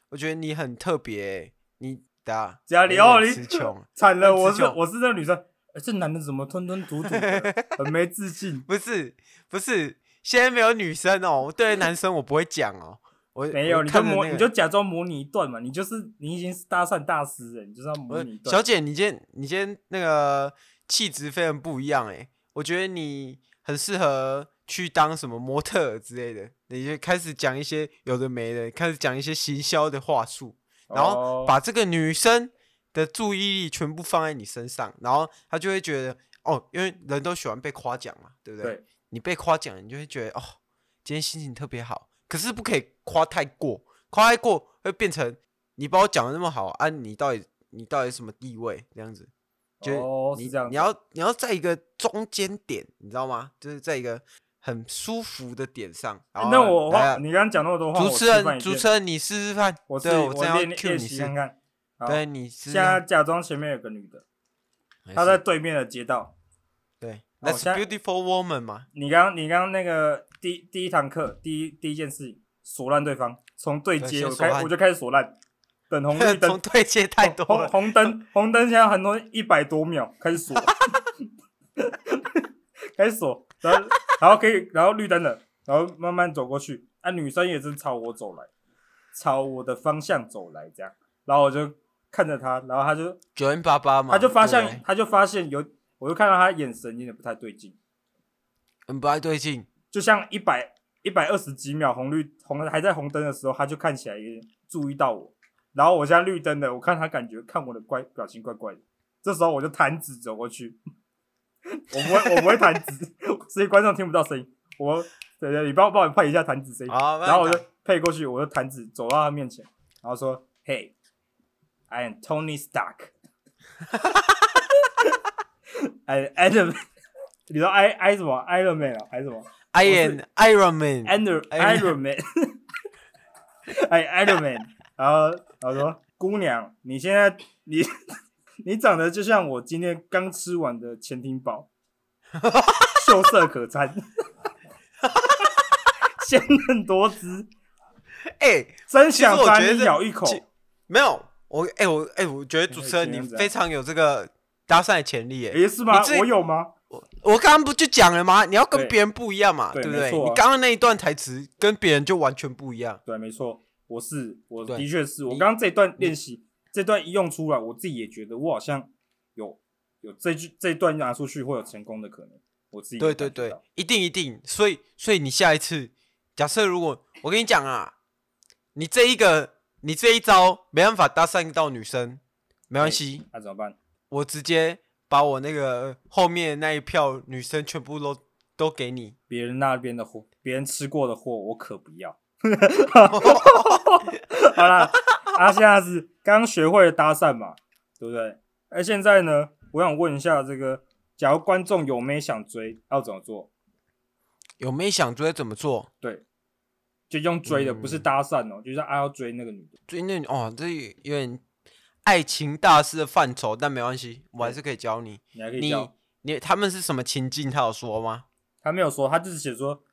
Speaker 2: 我觉得你很特别欸、你打
Speaker 1: 家里哦，你
Speaker 2: 词穷，
Speaker 1: 惨
Speaker 2: <laughs>
Speaker 1: 了，
Speaker 2: 很词
Speaker 1: 我是
Speaker 2: 穷
Speaker 1: 我是那个女生，哎这男的怎么吞吞吐 <laughs> 吐的，很没自信。
Speaker 2: 不是不是，现在没有女生哦，我对男生我不会讲哦，我
Speaker 1: 没有，
Speaker 2: 我
Speaker 1: 你就
Speaker 2: 看着
Speaker 1: 模，
Speaker 2: 那
Speaker 1: 你
Speaker 2: 个
Speaker 1: 就假装模拟一段嘛，你就是你已经是搭讪大师了，你就是要模
Speaker 2: 我
Speaker 3: 嗯
Speaker 1: 拟一段。
Speaker 2: 小姐，你今天你今天那个气质非常不一样哎、我觉得你很适合去当什么模特儿之类的，你就开始讲一些有的没的，开始讲一些行销的话术，然
Speaker 1: 哦
Speaker 2: 后把这个女生的注意力全部放在你身上，然后她就会觉得哦，因为人都喜欢被夸奖嘛，对不对？
Speaker 1: 对
Speaker 2: 你被夸奖，你就会觉得哦，今天心情特别好。可是不可以夸太过，夸太过会变成你把我讲的那么好啊，你到底你到底什么地位这样子？就是
Speaker 1: 哦，
Speaker 2: 你、
Speaker 1: 是这样
Speaker 2: 你
Speaker 1: 子，
Speaker 2: 要你要在一个中间点，你知道吗？就是在一个很舒服的点上。然后
Speaker 1: 那我
Speaker 2: 来
Speaker 1: 话，
Speaker 2: 啊
Speaker 1: 你刚刚讲那么多话，
Speaker 2: 主
Speaker 1: 我
Speaker 2: 持
Speaker 1: 示范
Speaker 2: 人
Speaker 1: 一
Speaker 2: 主
Speaker 1: 遍
Speaker 2: 持人，你试试看。
Speaker 1: 我是
Speaker 2: 对我这样
Speaker 1: 练
Speaker 2: 要 cue
Speaker 1: 练
Speaker 2: 你
Speaker 1: 习
Speaker 2: 试
Speaker 1: 看，看。好
Speaker 2: 对你试
Speaker 1: 现
Speaker 2: 试
Speaker 1: 在
Speaker 2: 看。
Speaker 1: 假装前面有个女的，
Speaker 2: 没
Speaker 1: 她
Speaker 2: 事
Speaker 1: 在对面的街道。
Speaker 2: 对
Speaker 1: 我
Speaker 2: ，That's
Speaker 1: 现在
Speaker 2: beautiful woman 嘛。
Speaker 1: 你刚刚你刚刚那个第第一堂课第一第一件事情，锁烂对方，从对
Speaker 2: 对
Speaker 1: 接
Speaker 2: 先
Speaker 1: 我
Speaker 2: 锁
Speaker 1: 开
Speaker 2: 烂
Speaker 1: 我就开始锁烂，等红绿灯
Speaker 2: <laughs> 从对接太多
Speaker 1: 红 <laughs>
Speaker 2: 了，
Speaker 1: 红灯，红灯现在很多一百多秒开始锁， <laughs> 开始锁，然后然后可以，然后绿灯了，然后慢慢走过去，啊，女生也是朝我走来，朝我的方向走来，这样，然后我就看着她，然后她就
Speaker 2: 九零八八嘛。
Speaker 1: 她就发
Speaker 2: 对不
Speaker 1: 现
Speaker 2: 对，
Speaker 1: 她就发现有，我就看到她眼神有点不太对劲，
Speaker 2: 很不太对劲。
Speaker 1: 就像一百一百二十几秒红绿红还在红灯的时候，他就看起来有点注意到我，然后我现在绿灯的，我看他感觉看我的怪表情怪怪的，这时候我就弹指走过去，我不会我不会弹指， <laughs> 所以观众听不到声音，我对对，你帮我帮我配一下弹指声音，
Speaker 2: 好，慢慢
Speaker 1: 然后我
Speaker 2: 打
Speaker 1: 就配过去，我就弹指走到他面前，然后说：“Hey，I am Tony <laughs> Stark，I Adam，你说 I I 什么 Iron Man 啊，还是什么？”
Speaker 2: I
Speaker 1: 是
Speaker 2: am Iron Man。
Speaker 1: Iron
Speaker 2: Iron
Speaker 1: Iron Man，哎 Iron Man，然 <laughs> 后然后说姑娘，你现在你 <laughs> 你长得就像我今天刚吃完的潜艇堡，秀色可餐， <laughs> 鲜嫩多汁，
Speaker 2: 哎、
Speaker 1: 真
Speaker 2: 其实
Speaker 1: 想
Speaker 2: 我
Speaker 1: 把
Speaker 2: 觉得
Speaker 1: 你
Speaker 2: 这
Speaker 1: 咬一口。
Speaker 2: 其没有我，哎、我哎、我觉得主
Speaker 1: 哎
Speaker 2: 持人
Speaker 1: 这
Speaker 2: 你
Speaker 1: 样子啊
Speaker 2: 非常有这个搭讪的潜力、哎、
Speaker 1: 诶，是吗
Speaker 2: 你自己？
Speaker 1: 我有吗？
Speaker 2: 我刚刚不就讲了吗？你要跟
Speaker 1: 对
Speaker 2: 别人不一样嘛，
Speaker 1: 对
Speaker 2: 对不
Speaker 1: 没
Speaker 2: 对？
Speaker 1: 错啊
Speaker 2: 你刚刚那一段台词跟别人就完全不一样。
Speaker 1: 对，没错，我是，我
Speaker 2: 对
Speaker 1: 的确是我
Speaker 2: 你
Speaker 1: 刚刚这段练习，这段一用出来，我自己也觉得我好像有有这句这段拿出去会有成功的可能，我自己
Speaker 2: 对
Speaker 1: 也
Speaker 2: 对
Speaker 1: 感觉
Speaker 2: 对
Speaker 1: 到，
Speaker 2: 一定一定。所以所以你下一次，假设如果我跟你讲啊，你这一个你这一招没办法搭讪到女生，没关系，
Speaker 1: 那、怎么办？
Speaker 2: 我直接把我那个后面那一票女生全部都都给你。
Speaker 1: 别人那边的货，别人吃过的货，我可不要。好啦，阿夏是刚学会了搭讪嘛，对不对？而现在呢，我想问一下这个，假如观众有没想追，要怎么做？
Speaker 2: 有没有想追怎么做？
Speaker 1: 对，就用追的，
Speaker 2: 嗯
Speaker 1: 不是搭讪哦，就是啊要追那个女的。
Speaker 2: 追那哦，这有点爱情大师的范畴，但没关系，我还是可以教你。
Speaker 1: 你还可以
Speaker 2: 你
Speaker 1: 教，
Speaker 2: 你他们是什么情境？他有说吗？
Speaker 1: 他没有说，他就是写说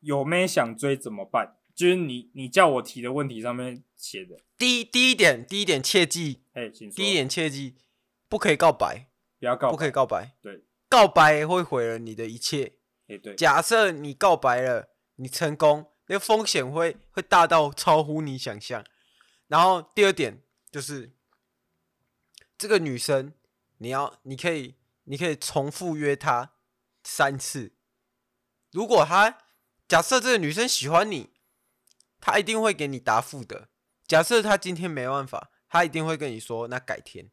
Speaker 1: 有没想追怎么办，就是你你叫我提的问题上面写的。
Speaker 2: 第一第一点，第一点切记，
Speaker 1: 哎，请说，
Speaker 2: 第一点切记，不可以告白，
Speaker 1: 不要告白，
Speaker 2: 不可以告白。
Speaker 1: 对，
Speaker 2: 告白会毁了你的一切。
Speaker 1: 哎对，
Speaker 2: 假设你告白了，你成功，那个风险会会大到超乎你想象。然后第二点就是，这个女生，你要你可以你可以重复约她三次。如果她假设这个女生喜欢你，她一定会给你答复的。假设她今天没办法，她一定会跟你说那改天，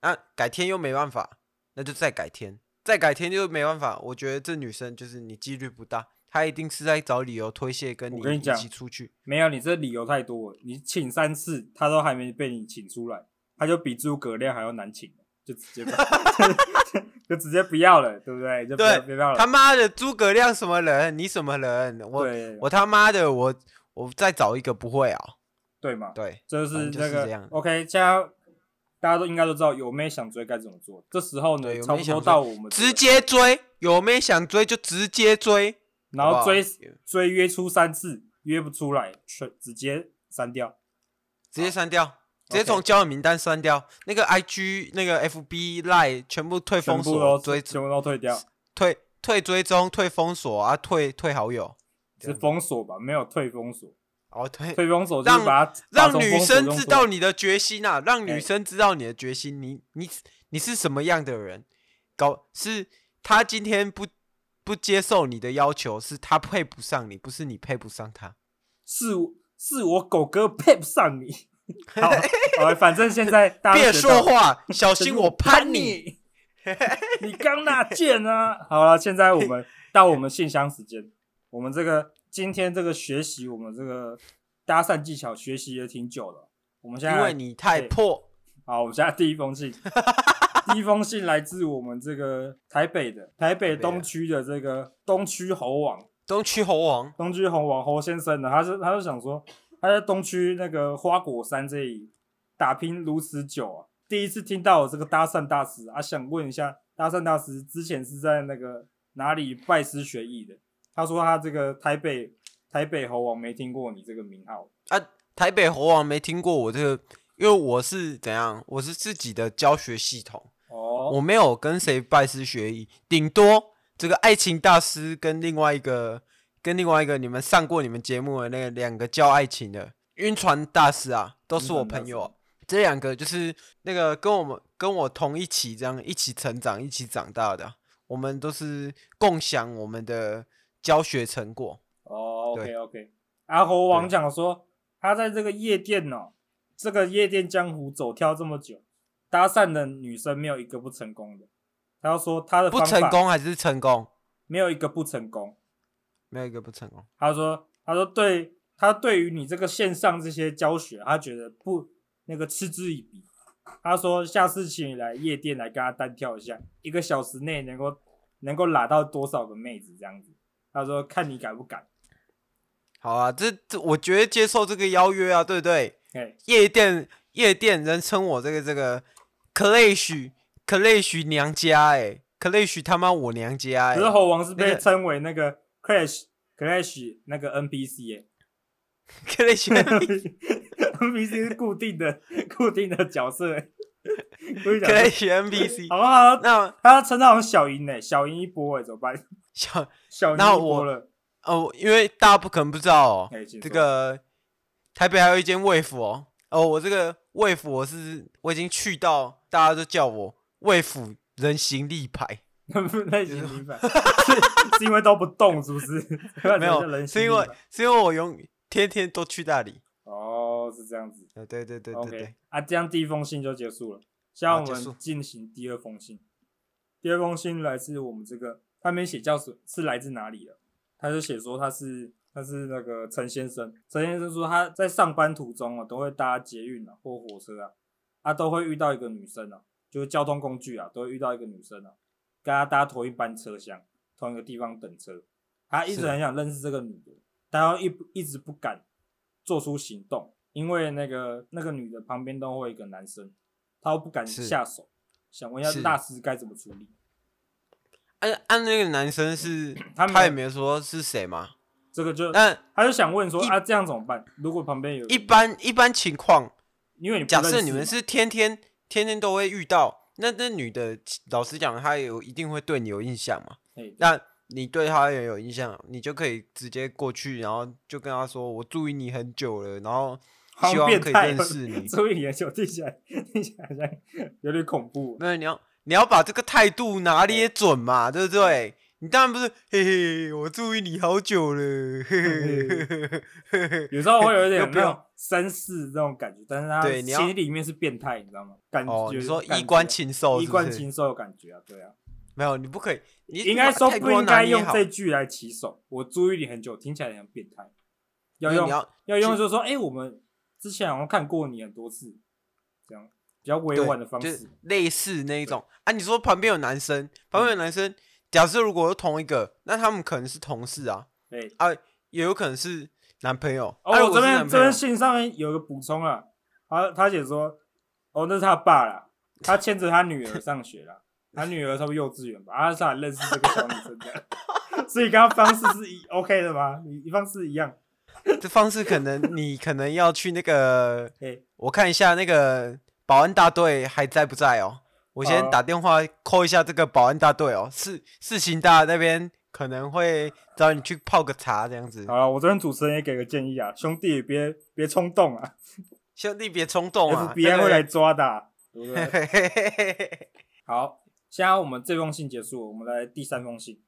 Speaker 2: 那改天又没办法，那就再改天，再改天就没办法。我觉得这女生就是你几率不大，她一定是在找理由推卸跟
Speaker 1: 我
Speaker 2: 你
Speaker 1: 跟你
Speaker 2: 一
Speaker 1: 讲
Speaker 2: 起出去。
Speaker 1: 没有，你这理由太多了。你请三次，他都还没被你请出来，他就比诸葛亮还要难请，就直接把 <laughs> 就直接不要了，对不对？就不要
Speaker 2: 对
Speaker 1: 不要了。
Speaker 2: 他妈的，诸葛亮什么人？你什么人？我
Speaker 1: 对
Speaker 2: 我他妈的，我我再找一个不会啊、
Speaker 1: 对嘛，
Speaker 2: 对，
Speaker 1: 这
Speaker 2: 反
Speaker 1: 是
Speaker 2: 正就
Speaker 1: 那
Speaker 2: 是这
Speaker 1: 个
Speaker 2: 样
Speaker 1: OK。现在大家都应该都知道有妹想追该怎么做。这时候呢，
Speaker 2: 对有妹
Speaker 1: 差不
Speaker 2: 想
Speaker 1: 多
Speaker 2: 追
Speaker 1: 到我们这个
Speaker 2: 直，接追，有没想追就直接追，
Speaker 1: 然后追
Speaker 2: 好不好
Speaker 1: 追约出三次，约不出来，全直接删掉。
Speaker 2: 直接删掉，直接
Speaker 1: OK
Speaker 2: 从交友名单删掉，那个 IG、那个 FB、Line 全部退
Speaker 1: 全
Speaker 2: 封
Speaker 1: 部都
Speaker 2: 锁，追
Speaker 1: 全部都退掉，
Speaker 2: 退退追踪、退封锁啊，退退好友，这
Speaker 1: 是
Speaker 2: 样
Speaker 1: 封锁吧？没有退封锁，
Speaker 2: 哦退。
Speaker 1: 退封锁就是
Speaker 2: 让
Speaker 1: 把它把
Speaker 2: 让
Speaker 1: 从
Speaker 2: 女
Speaker 1: 封锁
Speaker 2: 生
Speaker 1: 中
Speaker 2: 知
Speaker 1: 出
Speaker 2: 道
Speaker 1: 来
Speaker 2: 你的决心啊！让
Speaker 1: 哎
Speaker 2: 女生知道你的决心，你你你是什么样的人？搞是她今天不不接受你的要求，是她配不上你，不是你配不上她。
Speaker 1: 是我是我狗哥配不上
Speaker 2: <laughs>
Speaker 1: 你。好，好反正现在大家都
Speaker 2: 别
Speaker 1: 学到
Speaker 2: 说，话，小
Speaker 1: 小
Speaker 2: 心我攀你。
Speaker 1: 你。你刚那贱啊！ <laughs> 好了，现在我
Speaker 2: <laughs>
Speaker 1: 们到我们信箱时间，我们这个今天这个学习，我们这个搭讪技巧学习也挺久了。我们现在
Speaker 2: 因为你太
Speaker 1: 对
Speaker 2: 破，
Speaker 1: 好，我们现在第一封
Speaker 2: <laughs>
Speaker 1: 信，第一封信来自我们这个台北的台北
Speaker 2: 台北的
Speaker 1: 东区的这个东区猴王。
Speaker 2: 东区猴王
Speaker 1: 东区红王侯先生呢，他是他就想说，他在东区那个花果山这里打拼如此久啊，第一次听到我这个搭讪大师啊，想问一下搭讪大师之前是在那个哪里拜师学艺的？他说他这个台北台北猴王没听过你这个名号，
Speaker 2: 啊，台北猴王没听过我这个，因为我是怎样，我是自己的教学系统。
Speaker 1: 哦，
Speaker 2: 我没有跟谁拜师学艺，顶多这个爱情大师跟另外一个跟另外一个你们上过你们节目的那两个教爱情的晕船大师啊，都是我朋友啊、
Speaker 1: 晕船
Speaker 2: 这两个就是那个跟我们跟我同一起这样一起成长、一起长大的啊，我们都是共享我们的教学成果。
Speaker 1: 哦，OK
Speaker 2: 对
Speaker 1: OK。阿猴王
Speaker 2: 对
Speaker 1: 讲说，他在这个夜店哦，这个夜店江湖走跳这么久，搭讪的女生没有一个不成功的。他说他的
Speaker 2: 不
Speaker 1: 方
Speaker 2: 成
Speaker 1: 法
Speaker 2: 功还是成功，
Speaker 1: 没有一个不成功。
Speaker 2: 没有一个不成功。
Speaker 1: 他说，他说对他对于你这个线上这些教学，他觉得不那个嗤之以鼻。他说下次请你来夜店来跟他单挑一下，一个小时内能够能够拉到多少个妹子这样子。他说看你敢不敢。
Speaker 2: 好啊，这这我觉得接受这个邀约啊，对不对？
Speaker 1: 哎，
Speaker 2: 夜店夜店人称我这个这个 Clash Clash 娘家哎、欸、，Clash 他妈我娘家哎、
Speaker 1: 可是
Speaker 2: <laughs> 欸，
Speaker 1: 猴王是
Speaker 2: 那
Speaker 1: 被
Speaker 2: 个
Speaker 1: 称为那个 Crash Crash 那个 NPC
Speaker 2: <laughs>
Speaker 1: 哎、 <laughs>
Speaker 2: ，Clash
Speaker 1: NPC 是固定的 <laughs> 固定的角
Speaker 2: <laughs>
Speaker 1: 色、欸。固定角色
Speaker 2: Clash NPC。
Speaker 1: 好啊，
Speaker 2: 那
Speaker 1: 他称他好像小赢哎、小赢一波哎、怎么
Speaker 2: <laughs>
Speaker 1: 办？
Speaker 2: 小
Speaker 1: 小赢
Speaker 2: 那
Speaker 1: 一
Speaker 2: 我
Speaker 1: 波了。
Speaker 2: 哦，因为大家不可能不知道哦，
Speaker 1: 哎，请
Speaker 2: 这
Speaker 1: 说
Speaker 2: 个台北还有一间卫府哦，哦，我这个卫府我是我已经去到，大家都叫我卫府人形立牌， <laughs>
Speaker 1: 类型明白， <laughs> 是是因为都不动，是不
Speaker 2: <laughs>
Speaker 1: 是？
Speaker 2: 没
Speaker 1: 才叫人形
Speaker 2: 有，是
Speaker 1: 立
Speaker 2: 因
Speaker 1: 牌
Speaker 2: 为是因为我永天天都去那里。
Speaker 1: 哦，是这样子。
Speaker 2: 呃，对对对对
Speaker 1: OK，
Speaker 2: 对，
Speaker 1: 啊，这样第一封信就结束了。现在
Speaker 2: 好
Speaker 1: 我
Speaker 2: 结束
Speaker 1: 们进行第二封信。第二封信来自我们这个，他没写叫是是来自哪里的，他就写说他是他是那个陈先生。陈先生说他在上班途中啊，都会搭捷运啊或火车啊，啊都会遇到一个女生啊，就是交通工具啊，都会遇到一个女生啊，跟他搭同一班车厢，同一个地方等车。他一直
Speaker 2: 是啊
Speaker 1: 很想认识这个女的，但又一一直不敢做出行动，因为那个那个女的旁边都会有一个男生，他又不敢
Speaker 2: 是
Speaker 1: 下手。想问一下
Speaker 2: 是
Speaker 1: 大师该怎么处理？
Speaker 2: 按按那个男生是，
Speaker 1: <clears throat> 他
Speaker 2: 他
Speaker 1: 没
Speaker 2: 也
Speaker 1: 有
Speaker 2: 没有说是谁嘛。
Speaker 1: 这个就
Speaker 2: 但
Speaker 1: 他就想问说
Speaker 2: 一
Speaker 1: 啊，这样怎么办？如果旁边有
Speaker 2: 一，般一般情况，
Speaker 1: 因为你不
Speaker 2: 假
Speaker 1: 认
Speaker 2: 设
Speaker 1: 识
Speaker 2: 你们
Speaker 1: 嘛
Speaker 2: 是天天天天都会遇到，那那女的，老实讲，她有一定会对你有印象嘛。
Speaker 1: 哎对
Speaker 2: 那你对她也有印象，你就可以直接过去，然后就跟她说：“我注意你很久了，然后
Speaker 1: 好
Speaker 2: 希望
Speaker 1: 变
Speaker 2: 可以
Speaker 1: 态
Speaker 2: 认
Speaker 1: 哦
Speaker 2: 识
Speaker 1: <laughs>
Speaker 2: 你。<laughs>
Speaker 1: 注意你的球听起来听起来好像有点恐”
Speaker 2: <laughs>
Speaker 1: 怖。
Speaker 2: 那你要你要把这个态度拿捏准嘛，对不对？你当然不是嘿嘿，我注意你好久了，嘿嘿嘿嘿嘿嘿嘿。
Speaker 1: 有时候会有一
Speaker 2: 又
Speaker 1: 点
Speaker 2: 不
Speaker 1: 那
Speaker 2: 要
Speaker 1: 种绅士那种感觉，但是他
Speaker 2: 对你要
Speaker 1: 心里面是变态，你知道吗？感觉
Speaker 2: 哦，你说
Speaker 1: 感
Speaker 2: 衣冠
Speaker 1: 觉
Speaker 2: 禽兽
Speaker 1: 衣
Speaker 2: 是不
Speaker 1: 冠
Speaker 2: 是
Speaker 1: 禽兽的感觉啊，对啊，
Speaker 2: 没有，你不可以，你
Speaker 1: 应该说不应该用这
Speaker 2: 句，
Speaker 1: 句来起手。我注意你很久，听起来很变态，要
Speaker 2: 因为
Speaker 1: 用
Speaker 2: 你要
Speaker 1: 要用就说，哎，我们之前好像看过你很多次，这样比较委
Speaker 2: 对
Speaker 1: 婉的方
Speaker 2: 就是
Speaker 1: 式。
Speaker 2: 类似那一种啊。你说旁边有男生，旁边有男生，假设如果有同一个，那他们可能是同事啊，
Speaker 1: 对，
Speaker 2: 也有可能是男朋友。
Speaker 1: 哦，
Speaker 2: 啊如
Speaker 1: 我
Speaker 2: 果
Speaker 1: 这
Speaker 2: 是
Speaker 1: 边
Speaker 2: 男
Speaker 1: 这
Speaker 2: 朋
Speaker 1: 边
Speaker 2: 友
Speaker 1: 信上面有个补充啊，他他写说，哦，那是他爸啦，他牵着他女儿上学啦，他女儿差不多幼稚园吧，啊，他是还认识这个小女生的，
Speaker 2: <laughs>
Speaker 1: 所以跟他方式是一 OK 的吗？你你方式一样，
Speaker 2: 这方式可能你可能要去
Speaker 1: <laughs>
Speaker 2: 那个，
Speaker 1: 哎、
Speaker 2: 我看一下那个保安大队还在不在哦。我先
Speaker 1: 好
Speaker 2: 打电话 call 一下这个保安大队哦，事事情大那边可能会找你去泡个茶这样子。
Speaker 1: 好了，我这边主持人也给个建议啊，兄弟别别冲动啊
Speaker 2: 兄弟别冲动啊
Speaker 1: f b i
Speaker 2: 那
Speaker 1: 会
Speaker 2: 个
Speaker 1: 来抓的啊、对不对？
Speaker 2: 嘿嘿嘿嘿嘿
Speaker 1: 好，现在我们这封信结束了，我们来第三封信。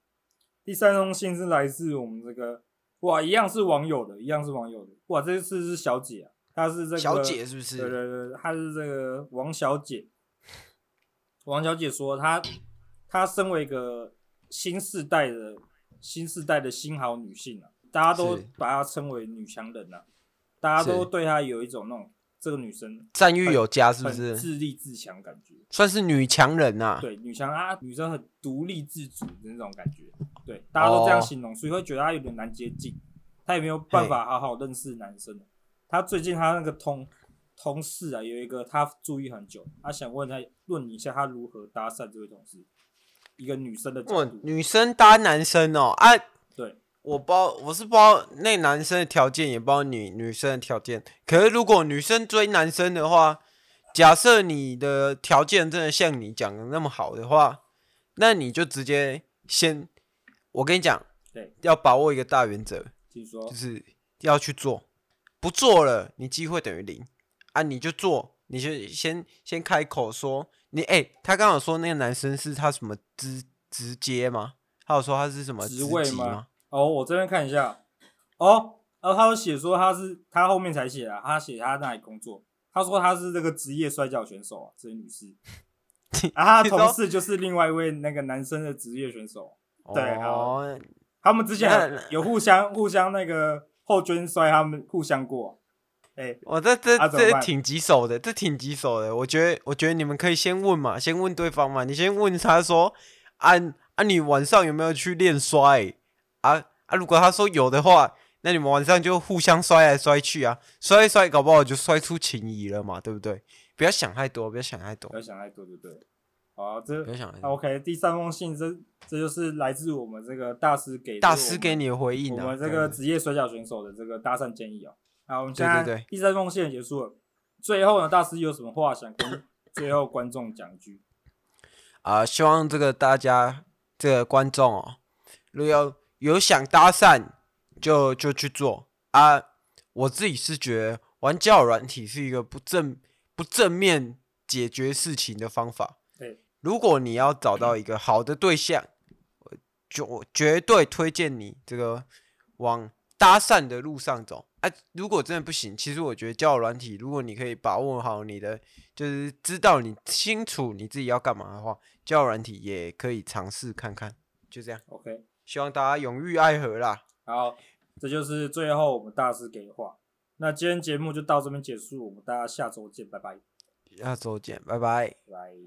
Speaker 1: 第三封信是来自我们这个，哇，一样是网友的，一样是网友的，哇，这次是小姐啊，她是这个
Speaker 2: <laughs> 小姐，是不是？
Speaker 1: 对对对，她是这个王小姐。王小姐说，她她身为一个新世代的新世代的新好女性啊，大家都
Speaker 2: 是
Speaker 1: 把她称为女强人啊，大家都
Speaker 2: 是
Speaker 1: 对她有一种那种这个女生
Speaker 2: 赞誉有加，是不
Speaker 1: 很
Speaker 2: 是？
Speaker 1: 自立自强感觉。
Speaker 2: 算是女强人 <laughs> 啊。
Speaker 1: 对，女强啊，女生很独立自主的那种感觉，对，大家都这样形容，所以会觉得她有点难接近，她也没有办法好好认识男生。她最近她那个同同事啊，有一个她注意很久，她想问她问你一下，她如何搭讪这位同事，一个女生的角
Speaker 2: 哇
Speaker 1: 度，，
Speaker 2: 女生搭男生哦啊！
Speaker 1: 对，
Speaker 2: 我不知道，我是不知道那男生的条件，也不知道女女生的条件。可是如果女生追男生的话，假设你的条件真的像你讲的那么好的话，那你就直接先，我跟你讲，
Speaker 1: 对，
Speaker 2: 要把握一个大原则，
Speaker 1: 就是说
Speaker 2: 就是要去做，不做了你机会等于零啊！你就做，你就先先开口说你哎、他刚好说那个男生是他什么直直接吗？他有说他是什么
Speaker 1: 职
Speaker 2: 直
Speaker 1: 位
Speaker 2: 级
Speaker 1: 吗
Speaker 2: 吗？
Speaker 1: 哦，我这边看一下，哦，呃，他有写说他是他后面才写啊，他写他那里工作，他说他是这个职业摔跤选手啊，这位女士，
Speaker 2: <laughs>
Speaker 1: 啊，他的同事就是另外一位那个男生的职业选手，对好
Speaker 2: 哦，
Speaker 1: 他们之前
Speaker 2: 那
Speaker 1: 有有互相互相那个后捐摔，他们互相过、啊，哎、
Speaker 2: 我哦这这、
Speaker 1: 啊怎么
Speaker 2: 这
Speaker 1: 办
Speaker 2: 挺棘手的，这挺棘手的。我觉得，我觉得你们可以先问嘛，先问对方嘛。你先问他说，啊啊，你晚上有没有去练摔？啊啊，如果他说有的话，那你们晚上就互相摔来摔去啊，摔一摔，搞不好就摔出情谊了嘛，对不对？不要想太多，不要想太多
Speaker 1: 不要，想太多，对不对？好，这
Speaker 2: 不要想太多。
Speaker 1: OK，第三封信，这这就是来自我们这个大师给
Speaker 2: 大
Speaker 1: 这个我
Speaker 2: 师
Speaker 1: 们
Speaker 2: 给你的回应
Speaker 1: 我
Speaker 2: 啊，
Speaker 1: 们这
Speaker 2: 对
Speaker 1: 个
Speaker 2: 对
Speaker 1: 职业摔跤选手的这个搭讪建议哦。好，我们现
Speaker 2: 对对
Speaker 1: 在
Speaker 2: 对
Speaker 1: 第三封信也结束了，最后呢，大师有什么话想跟
Speaker 2: <coughs>
Speaker 1: 最后观众讲一句？
Speaker 2: 啊、希望这个大家这个观众哦，如果有有想搭讪，就就去做啊。我自己是觉得玩交友软体是一个不正不正面解决事情的方法。
Speaker 1: 对，
Speaker 2: 如果你要找到一个好的对象，我就我绝对推荐你这个往搭讪的路上走。啊，如果真的不行，其实我觉得交友软体，如果你可以把握好你的，就是知道你清楚你自己要干嘛的话，交友软体也可以尝试看看。就这样，
Speaker 1: OK，
Speaker 2: 希望大家永浴爱河啦。
Speaker 1: 好，这就是最后我们大师给的话。那今天节目就到这边结束，我们大家下周见，拜拜，
Speaker 2: 下周见，拜拜。
Speaker 1: 拜。